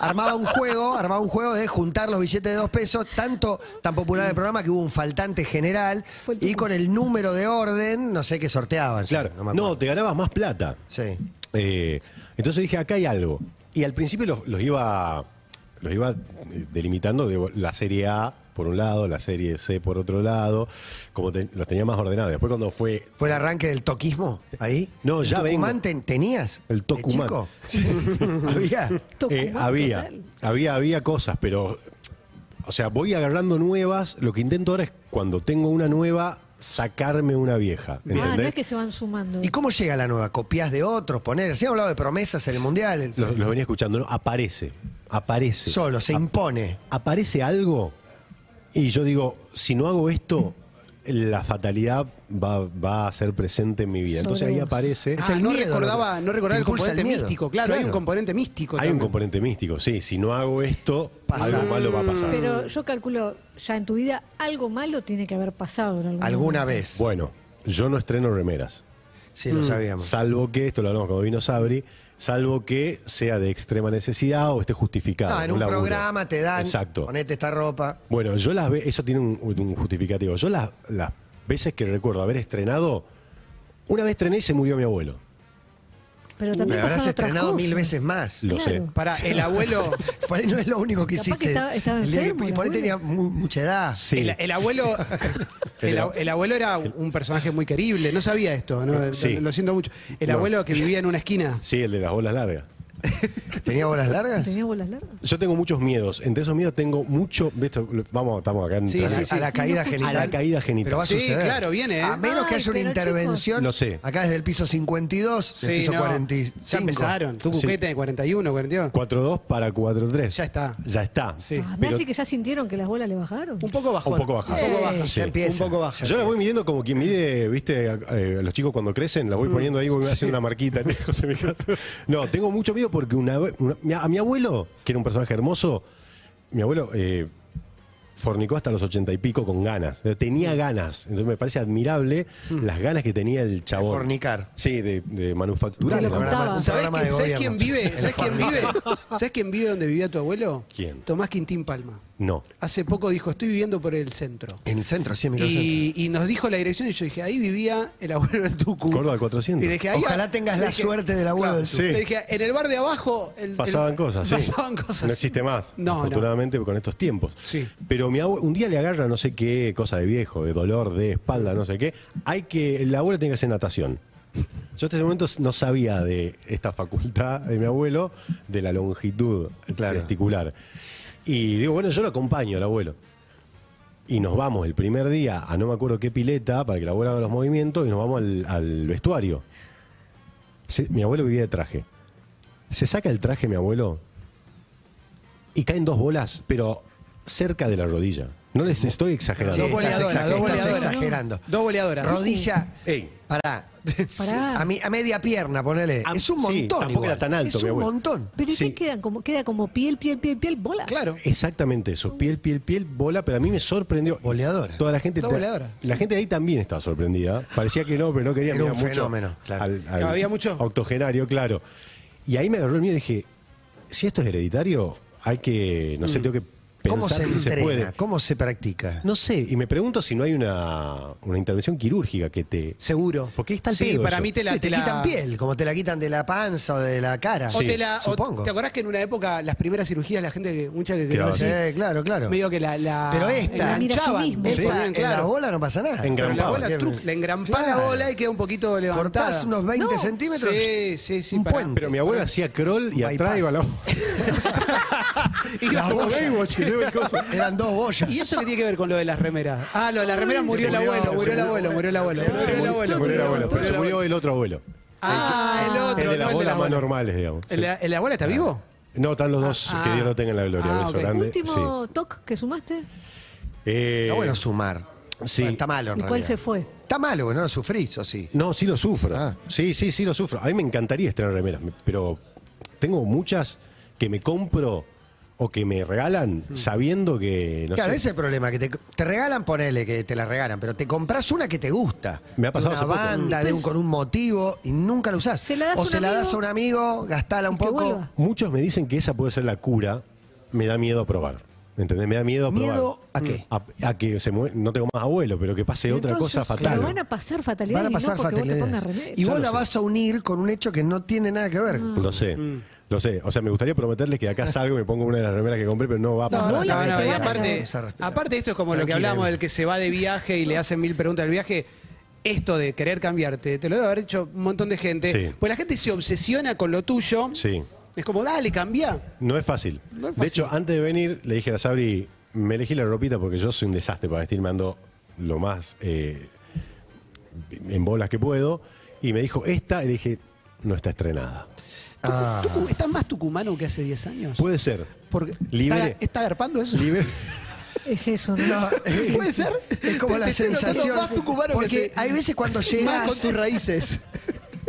Speaker 3: armaba un juego, armaba un juego de juntar los billetes de dos pesos, tanto tan popular el programa que hubo un faltante general
Speaker 6: Fue el
Speaker 3: y
Speaker 6: tipo.
Speaker 3: con el número de orden, no sé qué sorteaban.
Speaker 4: Claro.
Speaker 3: me
Speaker 4: No,
Speaker 3: acuerdo.
Speaker 4: te ganabas más plata.
Speaker 3: Sí.
Speaker 4: Eh, entonces dije, acá hay algo. Y al principio los, los iba los iba eh, delimitando de la serie A por un lado, la serie C por otro lado, como te- los tenía más ordenados. Después cuando fue
Speaker 3: ¿Fue el arranque del toquismo ahí?
Speaker 4: No, ya
Speaker 3: ¿El Tucumán
Speaker 4: vengo.
Speaker 3: ten- tenías?
Speaker 4: El
Speaker 3: ¿De
Speaker 4: Tucumán.
Speaker 3: chico? *laughs* ¿Había?
Speaker 4: Eh,
Speaker 6: Tucumán
Speaker 4: había,
Speaker 6: total.
Speaker 4: había, había cosas, pero, o sea, voy agarrando nuevas. Lo que intento ahora es cuando tengo una nueva sacarme una vieja. ¿entendés?
Speaker 6: Ah, no es que se van sumando.
Speaker 3: ¿Y cómo llega la nueva? ¿Copias de otros? ¿Poner? Sí, hablado de promesas en el Mundial. el-
Speaker 4: los, los venía escuchando, ¿no? Aparece, aparece.
Speaker 3: Solo, se impone.
Speaker 4: aparece algo y yo digo, si no hago esto, la fatalidad va, va a ser presente en mi vida. Entonces
Speaker 6: Sobre
Speaker 4: ahí
Speaker 6: vos.
Speaker 4: aparece.
Speaker 3: Es
Speaker 5: Ah,
Speaker 3: el
Speaker 5: no
Speaker 3: miedo
Speaker 5: recordaba,
Speaker 3: lo que-
Speaker 5: no recordaba
Speaker 3: te
Speaker 5: el
Speaker 3: impulsa
Speaker 5: componente
Speaker 3: el miedo.
Speaker 5: místico. Claro, hay
Speaker 3: Claro.
Speaker 5: un componente
Speaker 4: Hay
Speaker 5: místico.
Speaker 4: un
Speaker 5: también.
Speaker 4: componente místico, sí. Si no hago esto,
Speaker 3: Pasa.
Speaker 4: algo malo va a pasar.
Speaker 6: Pero yo calculo, ya en tu vida, algo malo tiene que haber pasado. en algún
Speaker 3: Alguna
Speaker 6: momento.
Speaker 3: vez.
Speaker 4: Bueno, yo no estreno remeras.
Speaker 3: Sí, lo sabíamos.
Speaker 4: Salvo que, esto lo hablamos cuando vino Sabri, salvo que sea de extrema necesidad o esté justificado.
Speaker 3: No, Ah, en un
Speaker 4: laburo.
Speaker 3: programa te dan,
Speaker 4: Exacto.
Speaker 3: ponete esta ropa.
Speaker 4: Bueno, yo las ve, eso tiene un, un justificativo. Yo las, las veces que recuerdo haber estrenado, una vez estrené y se murió mi abuelo.
Speaker 6: Pero
Speaker 3: Me
Speaker 6: también
Speaker 3: habrás
Speaker 6: pasaron otras
Speaker 3: estrenado
Speaker 6: cosas.
Speaker 3: mil veces más.
Speaker 4: Lo sé.
Speaker 6: Claro.
Speaker 5: Para el abuelo. *laughs*
Speaker 3: Por ahí no es lo único que
Speaker 6: Capaz
Speaker 3: hiciste.
Speaker 6: que estaba- estaba
Speaker 3: El día que-
Speaker 6: enfermo,
Speaker 3: y por ahí
Speaker 6: el
Speaker 3: tenía mu- mucha edad.
Speaker 4: Sí.
Speaker 5: El,
Speaker 4: *laughs*
Speaker 5: el abuelo el, a- el abuelo era un personaje muy querible, no sabía esto, ¿no?
Speaker 4: Sí.
Speaker 5: lo, lo siento mucho. El
Speaker 4: No.
Speaker 5: abuelo que vivía en una esquina.
Speaker 4: Sí, el de las bolas largas.
Speaker 3: ¿Tenía bolas largas?
Speaker 6: ¿Tenía bolas largas?
Speaker 4: Yo tengo muchos miedos. Entre esos miedos tengo mucho. ¿viste? Vamos, estamos acá en
Speaker 5: Sí,
Speaker 3: a, la,
Speaker 5: sí, sí.
Speaker 3: a la caída genital.
Speaker 4: A la caída genital.
Speaker 3: Pero va a
Speaker 5: Sí,
Speaker 3: suceder.
Speaker 5: claro, viene, ¿eh?
Speaker 3: A menos que
Speaker 6: Ay,
Speaker 3: haya una
Speaker 6: pero,
Speaker 3: intervención.
Speaker 4: chicos. Lo sé.
Speaker 3: Acá desde el piso 52, del
Speaker 5: Sí,
Speaker 3: piso
Speaker 5: no.
Speaker 3: 45.
Speaker 5: Ya empezaron. Tu
Speaker 4: Sí.
Speaker 5: cuquete de 41, 42.
Speaker 4: 4-2 para 4-3.
Speaker 5: Ya está.
Speaker 4: Ya está.
Speaker 5: Sí.
Speaker 6: Ah, me
Speaker 4: Pero
Speaker 6: hace que ya sintieron que las bolas le bajaron.
Speaker 5: Un poco bajón.
Speaker 4: Un poco bajón.
Speaker 5: Un poco
Speaker 3: Eh,
Speaker 5: bajón.
Speaker 3: ya
Speaker 5: Un
Speaker 3: empieza.
Speaker 5: poco baja.
Speaker 4: yo la voy midiendo como quien mide, viste, a- eh, a los chicos cuando crecen, la voy poniendo ahí, voy haciendo una marquita lejos en mi casa. No, tengo mucho miedo porque una, vez- una- mi- a mi abuelo, que era un personaje hermoso, mi abuelo eh, fornicó hasta los ochenta y pico con ganas. Tenía ganas. Entonces me parece admirable las ganas que tenía el chabón.
Speaker 3: fornicar.
Speaker 4: Sí, de, de manufacturar.
Speaker 6: Te lo
Speaker 4: ¿no?
Speaker 6: contaba.
Speaker 3: un
Speaker 5: ¿Sabés,
Speaker 3: programa
Speaker 5: quién-
Speaker 3: de
Speaker 5: sabés
Speaker 3: gobierno.
Speaker 5: quién vive?
Speaker 3: El
Speaker 5: ¿Sabés quién vive?
Speaker 3: fornicar.
Speaker 5: ¿Sabés quién vive donde vivía tu abuelo?
Speaker 4: ¿Quién?
Speaker 5: Tomás Quintín Palma.
Speaker 4: No.
Speaker 5: Hace poco dijo, estoy viviendo por el centro.
Speaker 3: En el centro, sí, en el
Speaker 5: Y, y nos dijo la dirección y yo dije, ahí vivía el abuelo del Tucu.
Speaker 4: Córdoba del 400.
Speaker 5: Y le dije, ahí-
Speaker 3: Ojalá tengas la
Speaker 5: le dije-
Speaker 3: suerte del abuelo
Speaker 5: Claro.
Speaker 3: del sur.
Speaker 4: Sí.
Speaker 5: Le dije, en el bar de abajo... el- el-
Speaker 4: Pasaban cosas, sí.
Speaker 5: Pasaban cosas.
Speaker 4: No existe más,
Speaker 5: No, no.
Speaker 4: afortunadamente, con estos tiempos.
Speaker 5: Sí.
Speaker 4: Pero mi abue- un día le agarra no sé qué, cosa de viejo, de dolor de espalda, no sé qué. Hay que, el abuelo tiene que hacer natación. Yo hasta ese momento no sabía de esta facultad de mi abuelo, de la longitud
Speaker 3: Claro.
Speaker 4: testicular. Y digo, bueno, yo lo acompaño al abuelo. Y nos vamos el primer día a no me acuerdo qué pileta para que el abuelo haga los movimientos y nos vamos al, al vestuario. Se- mi abuelo vivía de traje. Se saca el traje mi abuelo y caen dos bolas, pero cerca de la rodilla. No les estoy exagerando.
Speaker 3: Sí,
Speaker 5: Dos
Speaker 3: estás exager-
Speaker 5: boleadoras, dos
Speaker 3: estás
Speaker 5: boleadoras.
Speaker 3: exagerando.
Speaker 5: Dos boleadoras.
Speaker 3: Rodilla.
Speaker 4: Ey.
Speaker 3: Pará.
Speaker 6: Pará.
Speaker 3: A, mi- a media pierna, ponele.
Speaker 4: Ah,
Speaker 3: es un
Speaker 4: sí,
Speaker 3: montón.
Speaker 4: tampoco
Speaker 3: igual.
Speaker 4: era tan alto,
Speaker 3: Es un
Speaker 4: mi abuelo.
Speaker 3: montón.
Speaker 6: Pero ¿y
Speaker 4: Sí.
Speaker 6: qué quedan? Como, queda como piel, piel, piel, piel, bola.
Speaker 5: Claro.
Speaker 4: Exactamente eso, piel, piel, piel, bola, pero a mí me sorprendió.
Speaker 3: Boleadora.
Speaker 4: Toda la gente.
Speaker 5: Dos boleadoras.
Speaker 4: La gente de ahí también estaba sorprendida. Parecía que no, pero no quería
Speaker 3: Era un
Speaker 4: mirar mucho
Speaker 3: fenómeno, claro.
Speaker 4: al- al
Speaker 5: No, había mucho.
Speaker 4: Octogenario, claro. Y ahí me agarró el miedo y dije: si esto es hereditario, hay que.
Speaker 5: Mm.
Speaker 4: No sé, tengo que pensar
Speaker 3: ¿Cómo se
Speaker 4: si se
Speaker 3: entrena?
Speaker 4: puede.
Speaker 3: ¿Cómo se practica?
Speaker 4: No sé, y me pregunto si no hay una, una intervención quirúrgica que te.
Speaker 5: Seguro.
Speaker 4: Porque ahí está el
Speaker 5: Sí,
Speaker 4: pedo
Speaker 5: para
Speaker 4: eso.
Speaker 5: mí te la...
Speaker 3: Sí, te,
Speaker 5: la-
Speaker 3: quitan piel, como te la quitan de la panza o de la cara.
Speaker 5: O te la, o-
Speaker 3: supongo.
Speaker 5: ¿Te acordás que en una época las primeras cirugías, la gente que, mucha que quedó
Speaker 4: Quedaba
Speaker 5: así,
Speaker 4: así.
Speaker 3: Sí, claro, claro.
Speaker 5: medio que la, la
Speaker 3: Pero esta-
Speaker 6: La mira a sí
Speaker 5: enganchaban,
Speaker 6: mismo.
Speaker 3: Esta,
Speaker 4: Sí.
Speaker 5: ponían,
Speaker 3: En la
Speaker 5: claro.
Speaker 3: bola no pasa nada.
Speaker 5: Pero la
Speaker 4: Engrampada.
Speaker 5: bola,
Speaker 3: Porque-
Speaker 5: truc, la engrampás
Speaker 3: Claro.
Speaker 5: la bola y queda un poquito levantada.
Speaker 3: Cortás unos 20
Speaker 6: No.
Speaker 3: centímetros.
Speaker 5: Sí, sí, sí.
Speaker 3: Un
Speaker 5: pará.
Speaker 3: puente.
Speaker 4: Pero mi abuela hacía crawl y
Speaker 3: Bypass. *laughs*
Speaker 4: atrás iba la.
Speaker 5: Y,
Speaker 3: La
Speaker 5: eso-
Speaker 3: bola.
Speaker 4: Baywatch, que lleva el coso.
Speaker 3: Eran dos
Speaker 4: Eh,
Speaker 3: bolas.
Speaker 5: ¿Y eso qué tiene que ver con lo de las remeras? Ah, lo de las remeras murió el
Speaker 3: murió,
Speaker 5: abuelo, murió el
Speaker 3: se
Speaker 5: abuelo, murió el abuelo,
Speaker 3: Se
Speaker 5: murió
Speaker 4: Se
Speaker 5: el
Speaker 4: murió-
Speaker 5: abuelo.
Speaker 4: murió el abuelo, pero
Speaker 5: murió
Speaker 4: se
Speaker 5: el
Speaker 4: murió
Speaker 5: abuelo.
Speaker 4: el otro abuelo.
Speaker 5: Ah, el
Speaker 4: El
Speaker 5: otro,
Speaker 4: de las
Speaker 5: no el de
Speaker 4: bolas
Speaker 5: la
Speaker 4: más
Speaker 5: bola.
Speaker 4: normales, digamos.
Speaker 5: ¿El de- ¿El abuelo está vivo?
Speaker 4: No, están los dos.
Speaker 5: Ah,
Speaker 4: que Dios lo tenga en la gloria.
Speaker 5: ah,
Speaker 4: beso
Speaker 5: ok.
Speaker 4: grande.
Speaker 6: Último toc que sumaste.
Speaker 4: Sí. Eh,
Speaker 3: Está Ah, bueno sumar.
Speaker 4: sí.
Speaker 3: Bueno, está malo, en
Speaker 6: ¿Y cuál
Speaker 3: realidad.
Speaker 6: se fue?
Speaker 3: Está malo, bueno, no lo sufrís, o sí.
Speaker 4: No, sí lo sufro.
Speaker 3: Ah.
Speaker 4: Sí, sí, sí lo sufro. A mí me encantaría estrenar remeras, me- pero tengo muchas que me compro o que me regalan sabiendo que. No
Speaker 3: claro,
Speaker 4: sé,
Speaker 3: ese es el problema, que te, te regalan, ponele que te la regalan, pero te compras una que te gusta.
Speaker 4: Me ha pasado
Speaker 3: de
Speaker 4: hace
Speaker 3: una
Speaker 4: poco.
Speaker 3: banda, de un, con un motivo, y nunca la usás.
Speaker 6: Pues- Se la das
Speaker 3: o
Speaker 6: a un
Speaker 3: se la das a
Speaker 6: amigo
Speaker 3: un amigo, gastala un
Speaker 6: y que
Speaker 3: poco.
Speaker 6: vuelva.
Speaker 4: Muchos me dicen que esa puede ser la cura. Me da miedo a probar. ¿Entendés? Me da miedo a probar.
Speaker 3: ¿Miedo a qué?
Speaker 4: A, a que se mue- no tengo más abuelo, pero que pase
Speaker 3: Y
Speaker 4: otra
Speaker 3: entonces,
Speaker 4: cosa fatal.
Speaker 6: Pero van a pasar fatalidades
Speaker 3: Van a pasar
Speaker 6: y no porque vos te
Speaker 3: fatalidades.
Speaker 6: pongas remedio. Ah.
Speaker 3: Y vos
Speaker 4: Ya lo
Speaker 3: la
Speaker 4: sé.
Speaker 3: vas a unir con un hecho que no tiene nada que ver.
Speaker 4: Lo sé,
Speaker 3: Mm.
Speaker 4: lo sé. O sea, me gustaría prometerles que de acá salgo y me pongo una de las remeras que compré, pero no va a pasar.
Speaker 3: no,
Speaker 5: Está
Speaker 3: está bien,
Speaker 5: bueno, y
Speaker 3: está bien.
Speaker 5: aparte,
Speaker 3: Vamos a respirar.
Speaker 5: aparte esto es como lo que
Speaker 3: Tranquila,
Speaker 5: hablamos
Speaker 3: Emi.
Speaker 5: del que se va de viaje y le hacen mil preguntas al viaje. Esto de querer cambiarte, te lo debe haber dicho un montón de gente.
Speaker 4: Sí.
Speaker 5: Pues la gente se obsesiona con lo tuyo.
Speaker 4: Sí.
Speaker 5: Es como, dale, cambia.
Speaker 4: No es fácil.
Speaker 5: No es
Speaker 4: De
Speaker 5: fácil.
Speaker 4: hecho, antes de venir, le dije a la Sabri, me elegí la ropita porque yo soy un desastre para vestirme, ando lo más eh, en bolas que puedo. Y me dijo, esta, y le dije, no está estrenada.
Speaker 3: Ah.
Speaker 5: Tucu- ¿Estás más tucumano que hace 10 años?
Speaker 4: Puede ser.
Speaker 5: Porque
Speaker 4: Libre.
Speaker 5: ¿Está, está garpando eso?
Speaker 4: Libre.
Speaker 6: Es eso, ¿no?
Speaker 3: No, es-
Speaker 5: *laughs* ¿Puede ser?
Speaker 3: Es como
Speaker 5: Te-
Speaker 3: la
Speaker 5: te estoy notando
Speaker 3: sensación.
Speaker 5: más tucumano que
Speaker 3: Porque
Speaker 5: se-
Speaker 3: hay veces cuando
Speaker 5: Más
Speaker 3: llegas.
Speaker 5: con tus raíces.
Speaker 3: *laughs*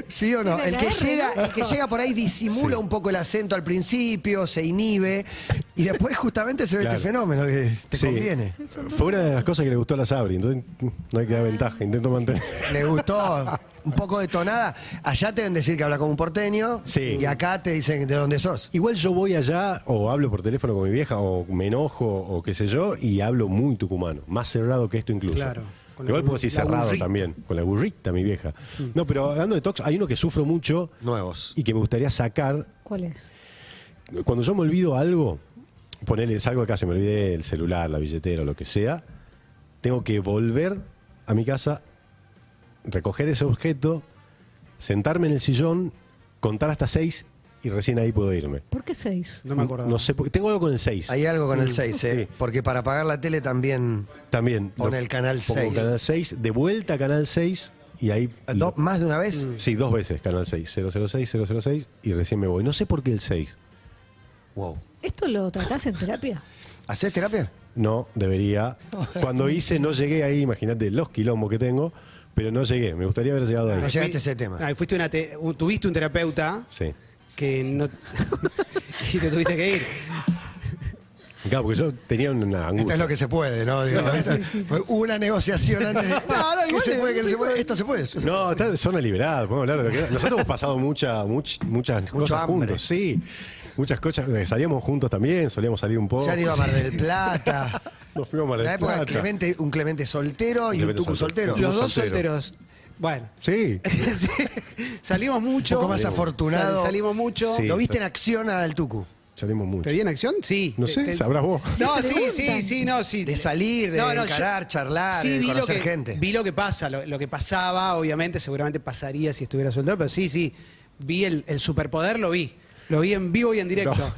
Speaker 3: Sí o no.
Speaker 6: Tiene
Speaker 3: El
Speaker 6: la
Speaker 3: que,
Speaker 6: R,
Speaker 3: llega,
Speaker 6: ¿no?
Speaker 3: el que llega por ahí disimula un poco el acento al principio, se inhibe y después justamente se ve
Speaker 4: Claro.
Speaker 3: este fenómeno que te
Speaker 4: Sí.
Speaker 3: conviene.
Speaker 4: Fue una de las cosas que le gustó a la Sabri, entonces no hay que dar ventaja, intento mantener.
Speaker 3: Le gustó. Un poco detonada. Allá te deben decir que habla como un porteño
Speaker 4: Sí.
Speaker 3: y acá te dicen de dónde sos.
Speaker 4: Igual yo voy allá o hablo por teléfono con mi vieja o me enojo o qué sé yo y hablo muy tucumano, más cerrado que esto incluso.
Speaker 5: Claro, con la
Speaker 4: Igual puedo
Speaker 5: burri-
Speaker 4: decir
Speaker 5: la
Speaker 4: cerrado
Speaker 5: burrita.
Speaker 4: también, con la burrita mi vieja. No, pero hablando de tox, hay uno que sufro mucho
Speaker 3: Nuevos.
Speaker 4: y que me gustaría sacar.
Speaker 6: ¿Cuál es?
Speaker 4: Cuando yo me olvido algo, ponerle salgo de casa, y me olvidé el celular, la billetera o lo que sea, tengo que volver a mi casa, recoger ese objeto, sentarme en el sillón, contar hasta seis y recién ahí puedo irme.
Speaker 6: ¿Por qué seis?
Speaker 5: No me acuerdo.
Speaker 4: No sé, por- tengo algo con el 6.
Speaker 3: Hay algo con el 6, ¿eh?
Speaker 4: Mm, Sí.
Speaker 3: Porque para pagar la tele también.
Speaker 4: También.
Speaker 3: Pon
Speaker 4: lo-
Speaker 3: el canal
Speaker 4: pongo
Speaker 3: 6.
Speaker 4: Canal 6, de vuelta a Canal 6 y ahí...
Speaker 3: ¿do- Ah, ¿Más de una vez?
Speaker 4: Sí, dos veces Canal 6, 006, 006 y recién me voy. No sé por qué el 6.
Speaker 3: Wow.
Speaker 6: ¿Esto lo tratás
Speaker 3: *laughs*
Speaker 6: en terapia?
Speaker 3: ¿Haces terapia?
Speaker 4: No,
Speaker 3: *laughs*
Speaker 4: debería. Cuando hice no llegué ahí, imagínate los quilombos que tengo, pero no llegué. Me gustaría haber llegado ahí.
Speaker 3: No llegaste a ese tema.
Speaker 5: Ah, y fuiste una te- u- tuviste un terapeuta
Speaker 4: Sí.
Speaker 5: que no. *laughs* y te tuviste que ir.
Speaker 4: Claro, porque yo tenía una angustia.
Speaker 3: Esto es lo que se puede, ¿no? Digo, esto- fue una negociación antes. de- ¿Qué
Speaker 5: igual
Speaker 3: se
Speaker 5: es-
Speaker 3: puede, qué no se puede? Esto se puede.
Speaker 4: No, está de zona liberada, podemos hablar de lo que Nosotros hemos pasado mucha, much- muchas cosas
Speaker 3: hambre.
Speaker 4: juntos, sí. Muchas cosas. eh, Salíamos juntos también, solíamos salir un poco.
Speaker 3: Se han ido a Mar del Plata.
Speaker 4: Nos fuimos a Mar del
Speaker 3: La época de
Speaker 4: Plata.
Speaker 3: Clemente, un Clemente soltero y un
Speaker 4: Clemente
Speaker 3: Tucu soltero.
Speaker 4: soltero.
Speaker 5: Los dos
Speaker 4: soltero.
Speaker 5: solteros. Bueno. *laughs*
Speaker 4: Sí.
Speaker 5: Sí. Salimos mucho.
Speaker 3: Un poco más afortunado.
Speaker 5: Sal- salimos mucho.
Speaker 4: Sí.
Speaker 3: ¿Lo viste en acción al Tucu?
Speaker 4: Salimos mucho.
Speaker 5: ¿Te vi en acción? Sí.
Speaker 4: No
Speaker 5: Te-
Speaker 4: sé,
Speaker 5: te-
Speaker 4: sabrás vos.
Speaker 5: No,
Speaker 6: Sí,
Speaker 5: sí,
Speaker 6: preguntan.
Speaker 5: sí, sí, no, sí.
Speaker 3: De salir, de
Speaker 5: yo-
Speaker 3: encarar, charlar, de
Speaker 5: vi lo
Speaker 3: conocer
Speaker 5: que-
Speaker 3: gente.
Speaker 5: Vi lo que pasa, lo, lo que pasaba, obviamente, seguramente pasaría si estuviera soltero, pero sí, sí. Vi el, el superpoder, lo vi. Lo vi en vivo y en directo.
Speaker 4: No.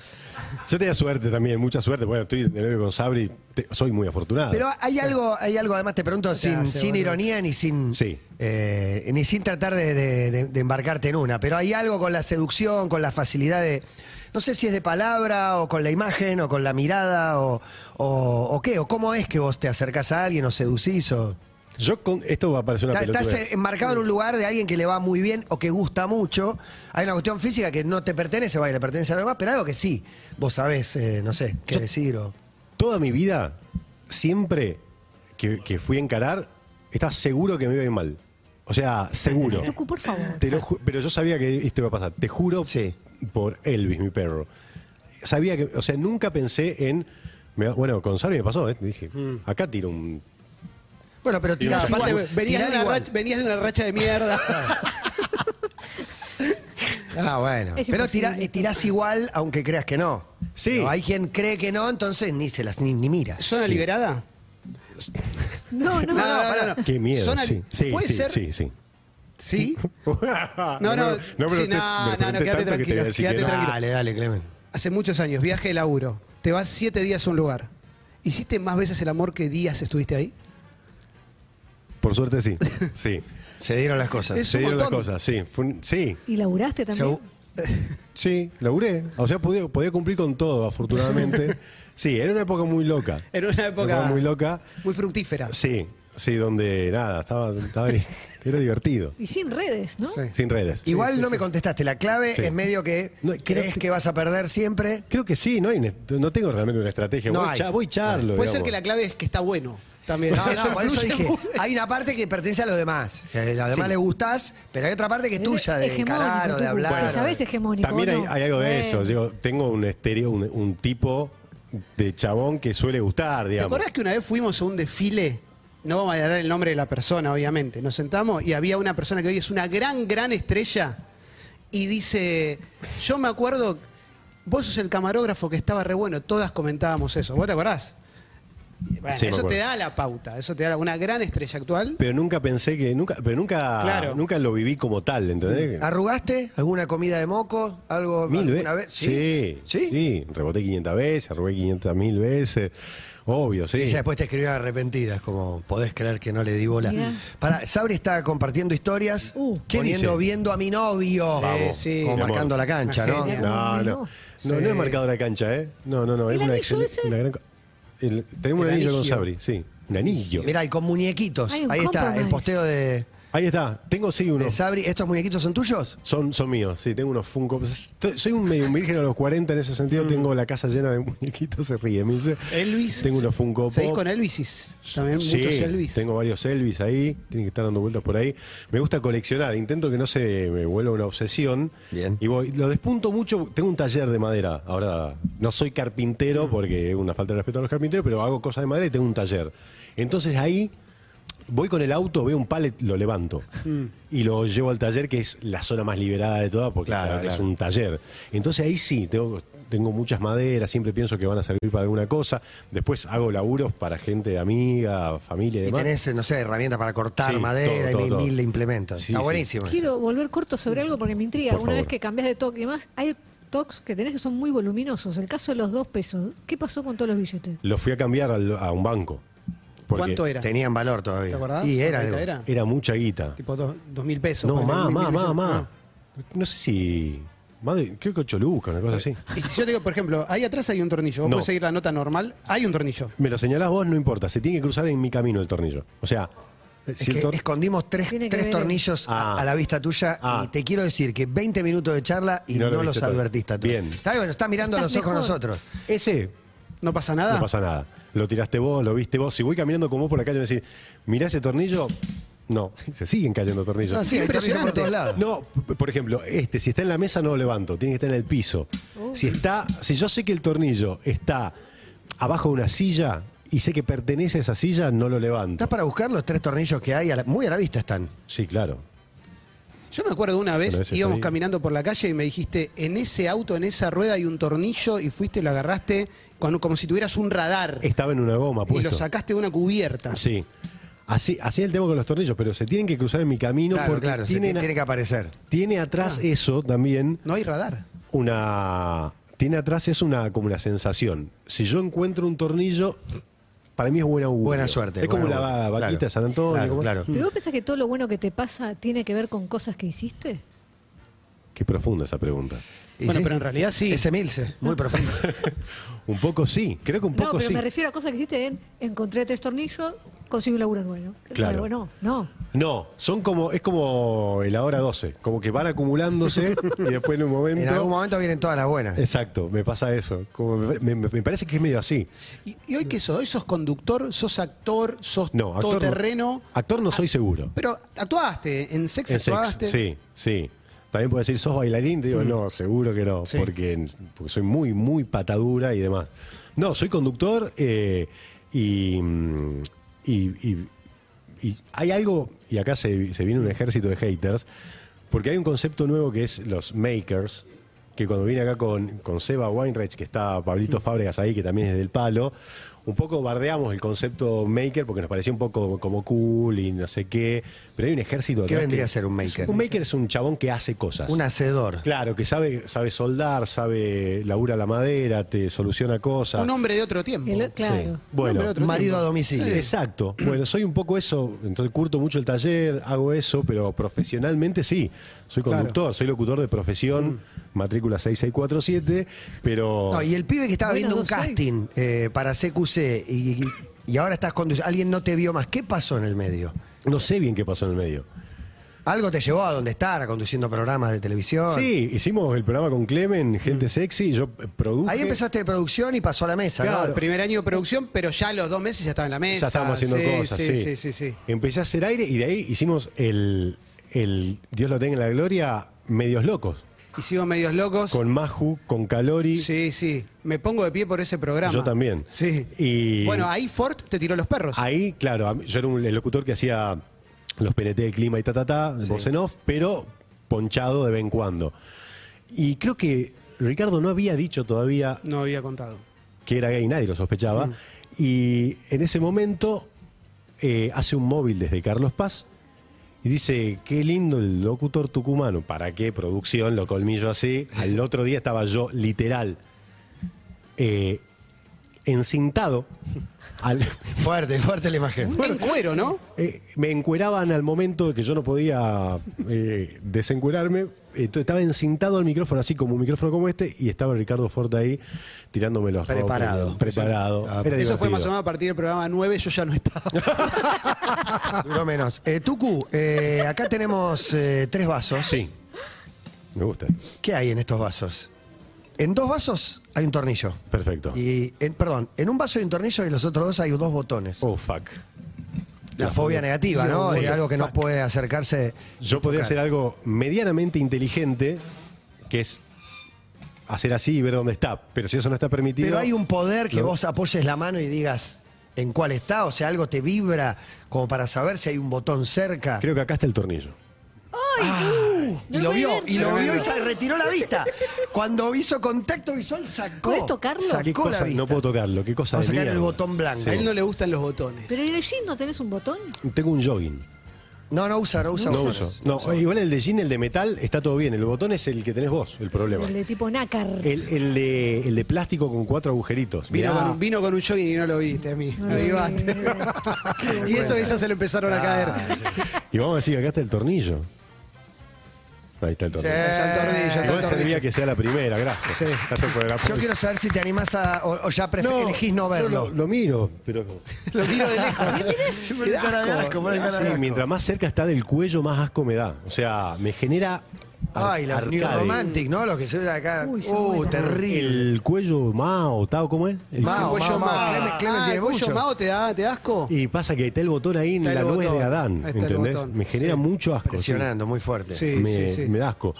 Speaker 4: Yo tenía suerte también, mucha suerte. Bueno, estoy de novio con Sabri, te- soy muy afortunado.
Speaker 3: Pero hay algo, hay algo además te pregunto, sin,
Speaker 5: hace,
Speaker 3: sin
Speaker 5: boludo.
Speaker 3: ironía ni sin,
Speaker 4: Sí.
Speaker 3: eh, ni sin tratar de, de- de- de embarcarte en una, pero hay algo con la seducción, con la facilidad de, no sé si es de palabra o con la imagen o con la mirada o, o- o qué, o cómo es que vos te acercás a alguien o seducís o...
Speaker 4: Yo con esto va a parecer una
Speaker 3: Ta-
Speaker 4: pelotudez.
Speaker 3: Estás eh, enmarcado en un lugar de alguien que le va muy bien o que gusta mucho. Hay una cuestión física que no te pertenece, vaya, le pertenece a los demás, pero algo que sí. Vos sabés, eh, no sé, qué
Speaker 4: Yo-
Speaker 3: decir o...
Speaker 4: Toda mi vida, siempre que, que fui a encarar, estaba seguro que me iba a ir mal. O sea, seguro.
Speaker 6: *laughs* Tucu, por favor.
Speaker 4: Te lo ju- pero yo sabía que esto iba a pasar. Te juro
Speaker 3: Sí.
Speaker 4: por Elvis, mi perro. Sabía que, o sea, nunca pensé en. me va- bueno, con Sabri me pasó, ¿eh? Dije,
Speaker 3: Mm.
Speaker 4: acá tiro un.
Speaker 3: Bueno, pero tirás
Speaker 5: Aparte,
Speaker 3: igual.
Speaker 5: venías,
Speaker 3: tirás
Speaker 5: de una
Speaker 3: igual.
Speaker 5: racha, venías de una racha de mierda.
Speaker 3: *laughs* Ah, bueno.
Speaker 6: Es
Speaker 3: Pero
Speaker 6: imposible.
Speaker 3: tira- eh, tirás igual aunque creas que no.
Speaker 4: Sí.
Speaker 3: Pero hay quien cree que no, entonces ni se las ni, ni mira.
Speaker 5: ¿Zona liberada?
Speaker 6: No, no.
Speaker 5: No, no, no, no.
Speaker 4: Qué miedo.
Speaker 5: Zona-
Speaker 4: sí. Sí,
Speaker 5: ¿Puede
Speaker 4: sí,
Speaker 5: ser?
Speaker 4: sí, sí.
Speaker 5: Sí.
Speaker 4: *laughs* no,
Speaker 5: no, sí,
Speaker 4: usted- me
Speaker 5: no, no,
Speaker 4: pregunté
Speaker 5: no, quédate
Speaker 4: tanto que te voy a decir
Speaker 5: tranquilo,
Speaker 4: que no.
Speaker 5: quédate tranquilo.
Speaker 3: Dale, dale, Clemen.
Speaker 5: Hace muchos años, viaje de laburo. Te vas siete días a un lugar. ¿Hiciste más veces el amor que días estuviste ahí?
Speaker 4: Por suerte sí. Sí.
Speaker 3: Se dieron las cosas.
Speaker 5: *laughs* Es-
Speaker 4: Se
Speaker 5: un
Speaker 4: dieron las
Speaker 5: montón.
Speaker 4: cosas, sí. Fue un- sí,
Speaker 6: ¿Y laburaste también?
Speaker 3: Segu-
Speaker 4: sí, laburé. O sea, podía, podía cumplir con todo,
Speaker 5: *laughs*
Speaker 4: afortunadamente. Sí, era una época muy loca.
Speaker 5: Era una época
Speaker 4: muy loca.
Speaker 5: Muy fructífera.
Speaker 4: Sí, sí, donde nada, estaba, estaba *laughs* era divertido.
Speaker 6: Y sin redes, ¿no?
Speaker 5: Sí.
Speaker 4: Sin redes.
Speaker 3: Igual
Speaker 5: sí,
Speaker 3: no
Speaker 5: sí.
Speaker 3: me contestaste. La clave
Speaker 4: Sí.
Speaker 3: es medio que
Speaker 4: No, creo
Speaker 3: crees
Speaker 4: que-
Speaker 3: que vas a perder
Speaker 4: *laughs*
Speaker 3: siempre.
Speaker 4: Creo que sí, no, hay una- no tengo realmente una estrategia.
Speaker 3: No
Speaker 4: voy,
Speaker 3: hay.
Speaker 4: cha- voy charlo.
Speaker 5: Puede ser
Speaker 4: digamos.
Speaker 5: que la clave es que está bueno. También.
Speaker 3: No, no,
Speaker 5: *laughs*
Speaker 3: por eso
Speaker 5: influye
Speaker 3: dije,
Speaker 5: mucho.
Speaker 3: hay una parte que pertenece a los demás. que A los demás les gustás, pero hay otra parte que es tuya, de
Speaker 6: Hegemónico,
Speaker 3: encarar o de
Speaker 6: Tucu.
Speaker 3: hablar.
Speaker 6: Porque
Speaker 3: o de-
Speaker 6: sabés hegemónico.
Speaker 4: También
Speaker 6: ¿o
Speaker 4: hay,
Speaker 6: no? Eh,
Speaker 4: hay algo de eso.
Speaker 6: Bueno.
Speaker 4: digo, tengo un estéreo, un, un tipo de chabón que suele gustar,
Speaker 5: ¿Te
Speaker 4: digamos.
Speaker 5: acordás que una vez fuimos a un desfile? No vamos a dar el nombre de la persona, obviamente. Nos sentamos y había una persona que hoy es una gran, gran estrella y dice, yo me acuerdo, vos sos el camarógrafo que estaba re bueno, todas comentábamos eso. ¿Vos te acordás? Y, bueno,
Speaker 4: Sí, me
Speaker 5: eso te
Speaker 4: acuerdo.
Speaker 5: da la pauta, eso te da la- una gran estrella actual.
Speaker 4: Pero nunca pensé que, nunca, pero nunca,
Speaker 5: Claro.
Speaker 4: nunca lo viví como tal, ¿entendés?
Speaker 3: ¿Arrugaste alguna comida de moco? ¿Algo
Speaker 4: Mil
Speaker 3: alguna
Speaker 4: veces.
Speaker 3: vez?
Speaker 4: Sí,
Speaker 3: ¿Sí?
Speaker 4: sí, Reboté 500 veces, arrugué 500 mil veces. Obvio, sí.
Speaker 3: Ella después te escribió arrepentidas, como podés creer que no le di bola.
Speaker 6: Mirá.
Speaker 3: Para, Sabri está compartiendo historias,
Speaker 6: Uh.
Speaker 4: ¿Qué
Speaker 3: poniendo
Speaker 4: dice?
Speaker 3: viendo a mi novio,
Speaker 5: Vamos. Sí, sí.
Speaker 3: como
Speaker 4: Mi amor.
Speaker 3: marcando la cancha, ¿no?
Speaker 5: Una genia.
Speaker 4: No, no. No, no he marcado la cancha, ¿eh? No, no, no.
Speaker 6: ¿El
Speaker 4: es una,
Speaker 6: anillo
Speaker 4: excel-
Speaker 6: ese?
Speaker 4: una gran co- el- tenemos
Speaker 5: El
Speaker 4: un anillo,
Speaker 5: anillo.
Speaker 4: con Sabri, sí. Un anillo.
Speaker 3: Mirá, y con muñequitos.
Speaker 6: Hay un
Speaker 3: Ahí está, el
Speaker 6: compromise.
Speaker 3: posteo de,
Speaker 4: Ahí está. Tengo sí uno.
Speaker 3: de Sabri. ¿Estos muñequitos son tuyos?
Speaker 4: Son, son míos, sí, tengo unos Funko. Estoy- Soy un medio virgen a los 40 en ese sentido,
Speaker 5: Mm.
Speaker 4: tengo la casa llena de muñequitos, se ríe, Milce.
Speaker 5: Elvis.
Speaker 4: Tengo unos Funko Pop.
Speaker 5: Eh, Seguís con Elvis, y también
Speaker 4: Sí,
Speaker 5: muchos Elvis.
Speaker 4: Tengo varios Elvis ahí, tienen que estar dando vueltas por ahí. Me gusta coleccionar, intento que no se me vuelva una obsesión.
Speaker 3: Bien.
Speaker 4: Y voy, lo despunto mucho, tengo un taller de madera. Ahora, no soy
Speaker 3: Mm.
Speaker 4: carpintero porque es una falta de respeto a los carpinteros, pero hago cosas de madera y tengo un taller. Entonces ahí voy con el auto, veo un pallet, lo levanto
Speaker 5: Mm.
Speaker 4: y lo llevo al taller, que es la zona más liberada de todas, porque
Speaker 3: Claro,
Speaker 4: claro, es
Speaker 3: claro.
Speaker 4: un taller. Entonces ahí sí, tengo, tengo muchas maderas, siempre pienso que van a servir para alguna cosa. Después hago laburos para gente amiga, familia y
Speaker 3: Y
Speaker 4: demás.
Speaker 3: tenés, eh, no sé, herramientas para cortar
Speaker 4: Sí,
Speaker 3: madera
Speaker 4: todo,
Speaker 3: y
Speaker 4: todo,
Speaker 3: mil,
Speaker 4: todo.
Speaker 3: mil de implementos.
Speaker 4: Sí,
Speaker 3: está
Speaker 4: sí.
Speaker 3: buenísimo. eso.
Speaker 6: Quiero volver corto sobre algo porque me intriga.
Speaker 4: Por
Speaker 6: Una vez
Speaker 4: favor.
Speaker 6: que cambias de toque y más, hay TikToks que tenés que son muy voluminosos. El caso de los dos pesos. ¿Qué pasó con todos los billetes?
Speaker 4: Lo fui a cambiar al- a un banco. porque
Speaker 5: ¿Cuánto era?
Speaker 3: Tenían valor todavía.
Speaker 5: ¿Te acordás?
Speaker 3: Y era
Speaker 5: ¿Cuánto
Speaker 3: algo.
Speaker 5: era?
Speaker 4: Era mucha guita.
Speaker 5: Tipo dos, dos mil pesos.
Speaker 4: No,
Speaker 5: ponele,
Speaker 4: más,
Speaker 5: mil
Speaker 4: más, más,
Speaker 5: millones.
Speaker 4: más.
Speaker 5: Ah.
Speaker 4: No sé si. más de- creo que 8 lucas, una cosa así.
Speaker 5: Y si yo te digo, por ejemplo, ahí atrás hay un tornillo. Vos
Speaker 4: No.
Speaker 5: podés seguir la nota normal. Hay un tornillo.
Speaker 4: Me lo señalás vos, no importa. Se tiene que cruzar en mi camino el tornillo. O sea,
Speaker 3: Es
Speaker 4: si el
Speaker 3: que
Speaker 4: tor-
Speaker 3: escondimos tres,
Speaker 6: Tiene que
Speaker 3: tres
Speaker 6: ver-
Speaker 3: tornillos a-
Speaker 4: Ah.
Speaker 3: a la vista tuya
Speaker 4: Ah.
Speaker 3: y te quiero decir que 20 minutos de charla y
Speaker 4: Y no
Speaker 3: no,
Speaker 4: lo
Speaker 3: los
Speaker 4: viste todavía.
Speaker 3: advertiste. a todos.
Speaker 4: Bien.
Speaker 3: Está bien, está mirando a los
Speaker 6: Estás
Speaker 3: ojos
Speaker 6: mejor.
Speaker 3: nosotros.
Speaker 4: ese
Speaker 5: No pasa nada.
Speaker 3: Ah.
Speaker 4: no pasa nada. Lo tiraste vos, lo viste vos. Si voy caminando con vos por la calle y me decís, mirá ese tornillo. No, *laughs* se siguen cayendo tornillos.
Speaker 3: No, Ah, sí, hay tornillos por todos lados.
Speaker 4: No, p- por ejemplo, este, si está en la mesa no lo levanto, tiene que estar en el piso.
Speaker 3: Uh.
Speaker 4: Si está, si yo sé que el tornillo está abajo de una silla y sé que pertenece a esa silla, no lo levanto.
Speaker 3: ¿Estás para buscar los tres tornillos que hay? a la- muy a la vista están.
Speaker 4: Sí, claro.
Speaker 5: Yo me acuerdo una
Speaker 4: Bueno,
Speaker 5: vez
Speaker 4: ese
Speaker 5: íbamos
Speaker 4: estoy-
Speaker 5: caminando por la calle y me dijiste, en ese auto, en esa rueda hay un tornillo y fuiste y lo agarraste con- como si tuvieras un radar
Speaker 4: Estaba en una goma,
Speaker 5: y
Speaker 4: puesto.
Speaker 5: lo sacaste de una cubierta.
Speaker 4: Sí. Así, así es el tema con los tornillos, pero se tienen que cruzar en mi camino
Speaker 3: claro,
Speaker 4: porque
Speaker 3: claro, se
Speaker 4: tienen
Speaker 3: te-
Speaker 4: a-
Speaker 3: tiene que Ah. aparecer.
Speaker 4: tiene atrás eso también
Speaker 5: No hay radar.
Speaker 4: una tiene atrás es una como una sensación. Si yo encuentro un tornillo, para mí es buena augurio.
Speaker 3: Buena suerte,
Speaker 4: Es como
Speaker 3: buena
Speaker 4: la
Speaker 3: augurio.
Speaker 4: va- vaquita
Speaker 3: Claro,
Speaker 4: de San Antonio.
Speaker 3: claro,
Speaker 4: como-
Speaker 3: claro.
Speaker 6: ¿Pero vos pensás que todo lo bueno que te pasa tiene que ver con cosas que hiciste?
Speaker 4: Qué profunda esa pregunta.
Speaker 3: Y
Speaker 5: Bueno,
Speaker 3: sí.
Speaker 5: pero en realidad sí.
Speaker 3: Ese milce, muy
Speaker 4: *laughs*
Speaker 3: profundo.
Speaker 4: Un poco sí, creo que un
Speaker 6: No,
Speaker 4: poco
Speaker 6: pero
Speaker 4: sí.
Speaker 6: me refiero a cosas que hiciste en encontré tres tornillos, conseguí un laburo nuevo.
Speaker 4: Claro.
Speaker 6: Bueno, no.
Speaker 4: No, son como es como el ahora 12, como que van acumulándose y después en un
Speaker 3: *laughs*
Speaker 4: momento
Speaker 3: en algún momento vienen todas las buenas.
Speaker 4: Exacto, me pasa eso. Como me- me- me parece que es medio así.
Speaker 5: Y, y hoy que sos, hoy sos conductor, sos actor, sos
Speaker 4: No, actor no-
Speaker 5: todoterreno.
Speaker 4: actor no soy seguro.
Speaker 5: Pero actuaste, en sex
Speaker 4: En sex,
Speaker 5: actuaste.
Speaker 4: sí, sí. También puedo decir, ¿sos bailarín? Te digo, no, seguro que no,
Speaker 5: Sí.
Speaker 4: porque, porque soy muy, muy patadura y demás. No, soy conductor eh, y, mm, y, y- y hay algo, y acá se, se viene un ejército de haters, porque hay un concepto nuevo que es los makers, que cuando vine acá con, con Seba Weinreich, que está Pablito Fábregas ahí, que también es del palo, un poco bardeamos el concepto maker porque nos parecía un poco como cool y no sé qué, pero hay un ejército...
Speaker 3: ¿Qué
Speaker 4: atrás
Speaker 3: vendría
Speaker 4: que-
Speaker 3: a ser un maker?
Speaker 4: Un maker es un chabón que hace cosas.
Speaker 3: Un hacedor.
Speaker 4: Claro, que sabe, sabe soldar, sabe labura la madera, te soluciona cosas.
Speaker 5: Un hombre de otro tiempo.
Speaker 6: El- claro.
Speaker 4: Bueno,
Speaker 5: hombre otro
Speaker 3: Marido
Speaker 5: tiempo.
Speaker 3: a
Speaker 4: Sí,
Speaker 3: domicilio.
Speaker 4: Exacto. Bueno, soy un poco eso, entonces curto mucho el taller, hago eso, pero profesionalmente sí. Soy conductor, soy locutor de profesión, matrícula 6647, pero...
Speaker 3: No, y el pibe que estaba
Speaker 6: Bueno,
Speaker 3: viendo un
Speaker 6: dos, seis.
Speaker 3: casting eh, para CQC y, y- y ahora estás conduciendo, alguien no te vio más. ¿Qué pasó en el medio?
Speaker 4: No sé bien qué pasó en el medio.
Speaker 3: ¿Algo te llevó a donde estar, a conduciendo programas de televisión?
Speaker 4: Sí, hicimos el programa con Clemen, Gente Sexy, y yo eh, produje...
Speaker 3: Ahí empezaste de producción y pasó a la mesa, ¿no?
Speaker 4: Claro.
Speaker 5: Primer año de producción, pero ya a los dos meses ya estaba en la mesa.
Speaker 4: Ya estábamos haciendo
Speaker 5: Sí,
Speaker 4: cosas, sí.
Speaker 5: sí, sí, sí.
Speaker 4: Empecé a hacer aire y de ahí hicimos el, el Dios lo tenga en la gloria, Medios Locos.
Speaker 5: Hicimos medios locos.
Speaker 4: Con Maju, con Calori.
Speaker 5: Sí, sí. Me pongo de pie por ese programa.
Speaker 4: Yo también.
Speaker 5: Sí.
Speaker 4: Y-
Speaker 5: Bueno, ahí Ford te tiró los perros.
Speaker 4: Ahí, claro, a mí- yo era un, el locutor que hacía los PNT del clima y ta, ta, ta, voz en off, pero ponchado de vez en cuando. Y creo que Ricardo no había dicho todavía
Speaker 5: No había contado.
Speaker 4: que era gay, nadie lo sospechaba. Y en ese momento eh, hace un móvil desde Carlos Paz y dice, qué lindo el locutor tucumano, ¿para qué producción? Lo colmillo así. Al otro día estaba yo literal eh, encintado. al-
Speaker 3: Fuerte, fuerte la imagen.
Speaker 4: *laughs*
Speaker 5: En cuero, ¿no?
Speaker 4: eh, me encueraban al momento de que yo no podía eh, desencuerarme. Entonces estaba encintado al micrófono, así como un micrófono como este, y estaba Ricardo Ford ahí tirándome los ropes.
Speaker 3: Preparado.
Speaker 4: Preparado.
Speaker 3: Ah,
Speaker 4: Era
Speaker 5: Eso fue
Speaker 4: divertido.
Speaker 5: más o menos a partir del programa 9, yo ya
Speaker 4: *laughs*
Speaker 5: no estaba.
Speaker 3: Duró menos. Eh, Tucu, eh, acá tenemos eh, tres vasos.
Speaker 4: Sí. Me gusta.
Speaker 3: ¿Qué hay en estos vasos? En dos vasos hay un tornillo.
Speaker 4: Perfecto.
Speaker 3: Y, en- perdón, en un vaso hay un tornillo y en los otros dos hay dos botones.
Speaker 4: Oh, fuck.
Speaker 3: la, fobia negativa, ¿no?
Speaker 4: Dios,
Speaker 3: Es algo que no
Speaker 4: fuck.
Speaker 3: puede acercarse.
Speaker 4: Yo podría hacer algo medianamente inteligente, que es hacer así y ver dónde está. Pero si eso no está permitido.
Speaker 3: Pero hay un poder que
Speaker 4: Lo-
Speaker 3: vos apoyes la mano y digas en cuál está, o sea, algo te vibra como para saber si hay un botón cerca.
Speaker 4: Creo que acá está el tornillo.
Speaker 3: y
Speaker 6: No
Speaker 3: lo
Speaker 6: me
Speaker 3: vio,
Speaker 6: digas.
Speaker 3: y lo
Speaker 5: No,
Speaker 3: vio
Speaker 5: no,
Speaker 3: y
Speaker 5: no.
Speaker 3: se retiró la vista. Cuando hizo contacto visual, sacó.
Speaker 6: ¿Podés tocarlo?
Speaker 4: ¿Qué
Speaker 3: Sacó la
Speaker 4: cosa?
Speaker 3: vista.
Speaker 4: No puedo tocarlo. ¿Qué cosa
Speaker 3: Vamos a
Speaker 4: de
Speaker 3: sacar el
Speaker 4: mierda?
Speaker 3: botón blanco.
Speaker 5: A él no le gustan los botones.
Speaker 6: Pero en el jean no tenés un botón.
Speaker 4: Tengo un jogging.
Speaker 3: No, no usa, no usa
Speaker 4: No
Speaker 3: botones.
Speaker 4: uso. No, igual el de jean, el de metal, está todo bien. El botón es el que tenés vos, el problema.
Speaker 6: El de tipo nácar.
Speaker 4: El, el de, el de plástico con cuatro agujeritos.
Speaker 5: Vino
Speaker 4: Mirá.
Speaker 5: con, un, vino con un jogging y no lo viste a mí.
Speaker 6: No lo vi.
Speaker 5: Avivate.
Speaker 3: *laughs*
Speaker 5: *laughs* y eso esas se lo empezaron a caer.
Speaker 4: Ah, Y vamos a decir, acá está el tornillo. Ahí está el tornillo.
Speaker 5: Está el tornillo, está el
Speaker 4: Igual
Speaker 5: tornillo.
Speaker 4: servía que sea la primera, gracias.
Speaker 5: Sí.
Speaker 4: Gracias por el apoyo.
Speaker 3: Yo quiero saber si te animás a, o, o ya prefe- elegís no
Speaker 4: yo
Speaker 3: verlo.
Speaker 4: Lo, lo miro, pero.
Speaker 5: Lo miro de lejos.
Speaker 3: Qué cara de asco, ponen cara de
Speaker 4: Sí,
Speaker 3: asco.
Speaker 4: mientras más cerca está del cuello, más asco me da. O sea, me genera. ar-
Speaker 3: Ay, los
Speaker 4: arcade.
Speaker 3: New Romantic, ¿no? Los que se usan acá.
Speaker 6: Uy, son
Speaker 3: uh,
Speaker 6: buenos.
Speaker 3: terrible.
Speaker 4: El cuello Mao, ¿Tao cómo es? El-
Speaker 3: Mao, Mao,
Speaker 5: Cuello
Speaker 3: Mao.
Speaker 5: Mao.
Speaker 3: Clemen- Clemen
Speaker 5: Ah,
Speaker 3: tiene
Speaker 5: el cuello
Speaker 3: mucho.
Speaker 5: Mao te da, te da asco.
Speaker 4: Y pasa que está el botón ahí en
Speaker 5: Está el
Speaker 4: la nuez
Speaker 5: botón.
Speaker 4: de Adán,
Speaker 5: Ahí está el
Speaker 4: ¿entendés?
Speaker 5: botón.
Speaker 4: Me genera
Speaker 5: Sí.
Speaker 4: mucho asco. sí.
Speaker 3: Presionando, muy fuerte.
Speaker 5: Sí.
Speaker 4: me, me da asco.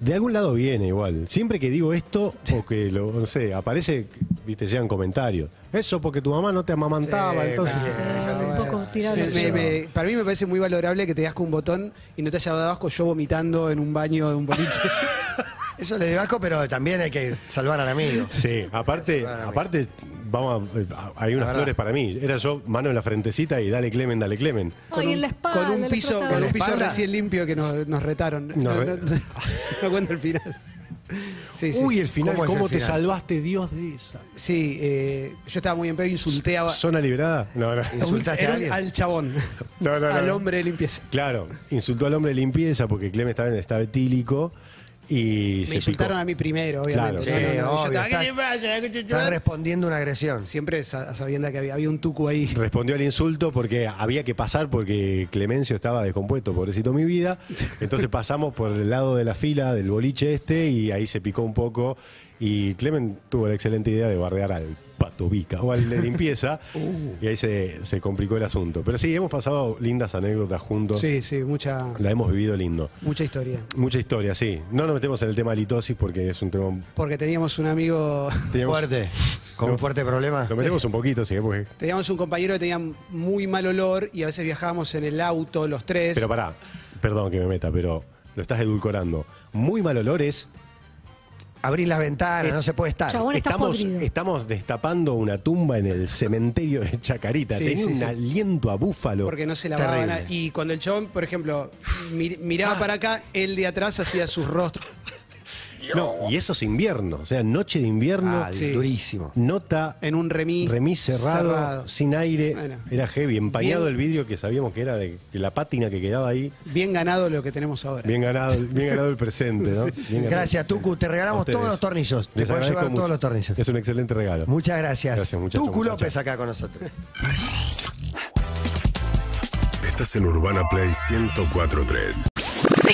Speaker 4: De algún lado viene igual. Siempre que digo esto, o que lo, no sé, aparece, viste, llegan comentarios. Eso porque tu mamá no te amamantaba,
Speaker 3: Sí,
Speaker 4: entonces.
Speaker 6: Ah, un poco tirado
Speaker 5: Me-
Speaker 6: del
Speaker 5: me-
Speaker 6: hilo.
Speaker 5: me- para mí me parece muy valorable que te dasco un botón y no te haya dado asco yo vomitando en un baño de un
Speaker 6: *laughs*
Speaker 5: boliche.
Speaker 3: Eso le dio asco, pero también hay que salvar al amigo.
Speaker 4: Sí, aparte, aparte, vamos a- hay unas
Speaker 3: verdad.
Speaker 4: flores para mí. Era yo, mano en la frentecita y dale Clemen, dale Clemen.
Speaker 6: Ay, en la espalda.
Speaker 5: con
Speaker 6: la
Speaker 5: un piso,
Speaker 6: flota.
Speaker 5: con un
Speaker 3: ¿La
Speaker 5: piso
Speaker 3: espalda?
Speaker 5: recién limpio que nos, nos retaron. No,
Speaker 4: Nos re-
Speaker 5: no-
Speaker 4: *laughs*
Speaker 5: no cuento el final. Sí, sí.
Speaker 4: Uy, el final,
Speaker 3: ¿Cómo
Speaker 4: ¿cómo,
Speaker 3: es el
Speaker 4: te
Speaker 3: final?
Speaker 4: salvaste, Dios de esa?
Speaker 5: Sí, eh, yo estaba muy en pedo, insulté a,
Speaker 4: ¿Zona liberada? No, no.
Speaker 3: ¿Insultaste
Speaker 5: era
Speaker 3: a
Speaker 5: un-
Speaker 3: alguien?
Speaker 5: al chabón,
Speaker 4: No, no, no.
Speaker 5: al hombre de limpieza.
Speaker 4: Claro, insultó al hombre de limpieza porque Clemen estaba en estado etílico y
Speaker 5: Me
Speaker 4: se
Speaker 5: insultaron
Speaker 4: picó.
Speaker 5: a mí primero,
Speaker 4: Claro,
Speaker 5: obviamente.
Speaker 4: sí,
Speaker 5: yo
Speaker 3: obvio,
Speaker 5: estaba,
Speaker 3: está-
Speaker 5: "¿Qué te pasa? ¿Qué te
Speaker 3: Están
Speaker 5: pasa?".
Speaker 3: respondiendo una agresión.
Speaker 5: Siempre sa- sabiendo que había, había un tucu ahí.
Speaker 4: Respondió al insulto porque había que pasar porque Clemencio estaba descompuesto, pobrecito mi vida. Entonces pasamos por el lado de la fila del boliche este y ahí se picó un poco. Y Clemen tuvo la excelente idea de bardear al pato Vica o al de
Speaker 5: *laughs*
Speaker 4: limpieza.
Speaker 5: Uh.
Speaker 4: Y ahí se, se complicó el asunto. Pero sí, hemos pasado lindas anécdotas juntos.
Speaker 5: Sí, sí, mucha,
Speaker 4: La hemos vivido lindo.
Speaker 5: mucha historia.
Speaker 4: Mucha historia, sí. No nos metemos en el tema litosis porque es un tema.
Speaker 5: Porque teníamos un amigo, *laughs*
Speaker 4: teníamos-
Speaker 3: Fuerte. Con un fuerte problema.
Speaker 4: Lo metemos un poquito, sí, ¿eh? porque-
Speaker 5: teníamos un compañero que tenía muy mal olor y a veces viajábamos en el auto los tres.
Speaker 4: Pero pará, perdón que me meta, pero lo estás edulcorando. Muy mal olor es
Speaker 3: Abrir las ventanas, no se puede estar.
Speaker 6: Chabón. Bueno, está
Speaker 4: estamos,
Speaker 6: podrido.
Speaker 4: estamos destapando una tumba en el cementerio de Chacarita.
Speaker 5: Sí,
Speaker 4: Tenía
Speaker 5: sí,
Speaker 4: un
Speaker 5: sí.
Speaker 4: aliento a búfalo.
Speaker 5: Porque no se lavaban.
Speaker 3: Terrible.
Speaker 5: Y cuando el chabón, por ejemplo, mi- miraba para acá, él de atrás hacía sus rostros.
Speaker 4: No, y eso es invierno. O sea, noche de invierno,
Speaker 3: Ah,
Speaker 5: Sí.
Speaker 3: durísimo.
Speaker 4: nota,
Speaker 5: En un remis.
Speaker 4: remis cerrado,
Speaker 5: cerrado.
Speaker 4: sin aire.
Speaker 5: Bueno.
Speaker 4: Era heavy, empañado
Speaker 5: Bien.
Speaker 4: el vidrio que sabíamos que era de que la pátina que quedaba ahí.
Speaker 5: Bien ganado lo que tenemos ahora.
Speaker 4: Bien ganado, bien ganado el presente,
Speaker 3: *laughs*
Speaker 4: ¿no? Bien ganado.
Speaker 3: Gracias, Tucu. Te
Speaker 4: A
Speaker 3: regalamos
Speaker 4: ustedes.
Speaker 3: todos los tornillos. Te
Speaker 4: Les
Speaker 3: puedes
Speaker 4: agradezco
Speaker 3: llevar todos
Speaker 4: mucho.
Speaker 3: los tornillos.
Speaker 4: Es un excelente regalo.
Speaker 3: Muchas gracias.
Speaker 4: Gracias, muchachos,
Speaker 3: Tucu
Speaker 4: muchachas.
Speaker 3: López acá con nosotros.
Speaker 7: Estás en Urbana Play 1043.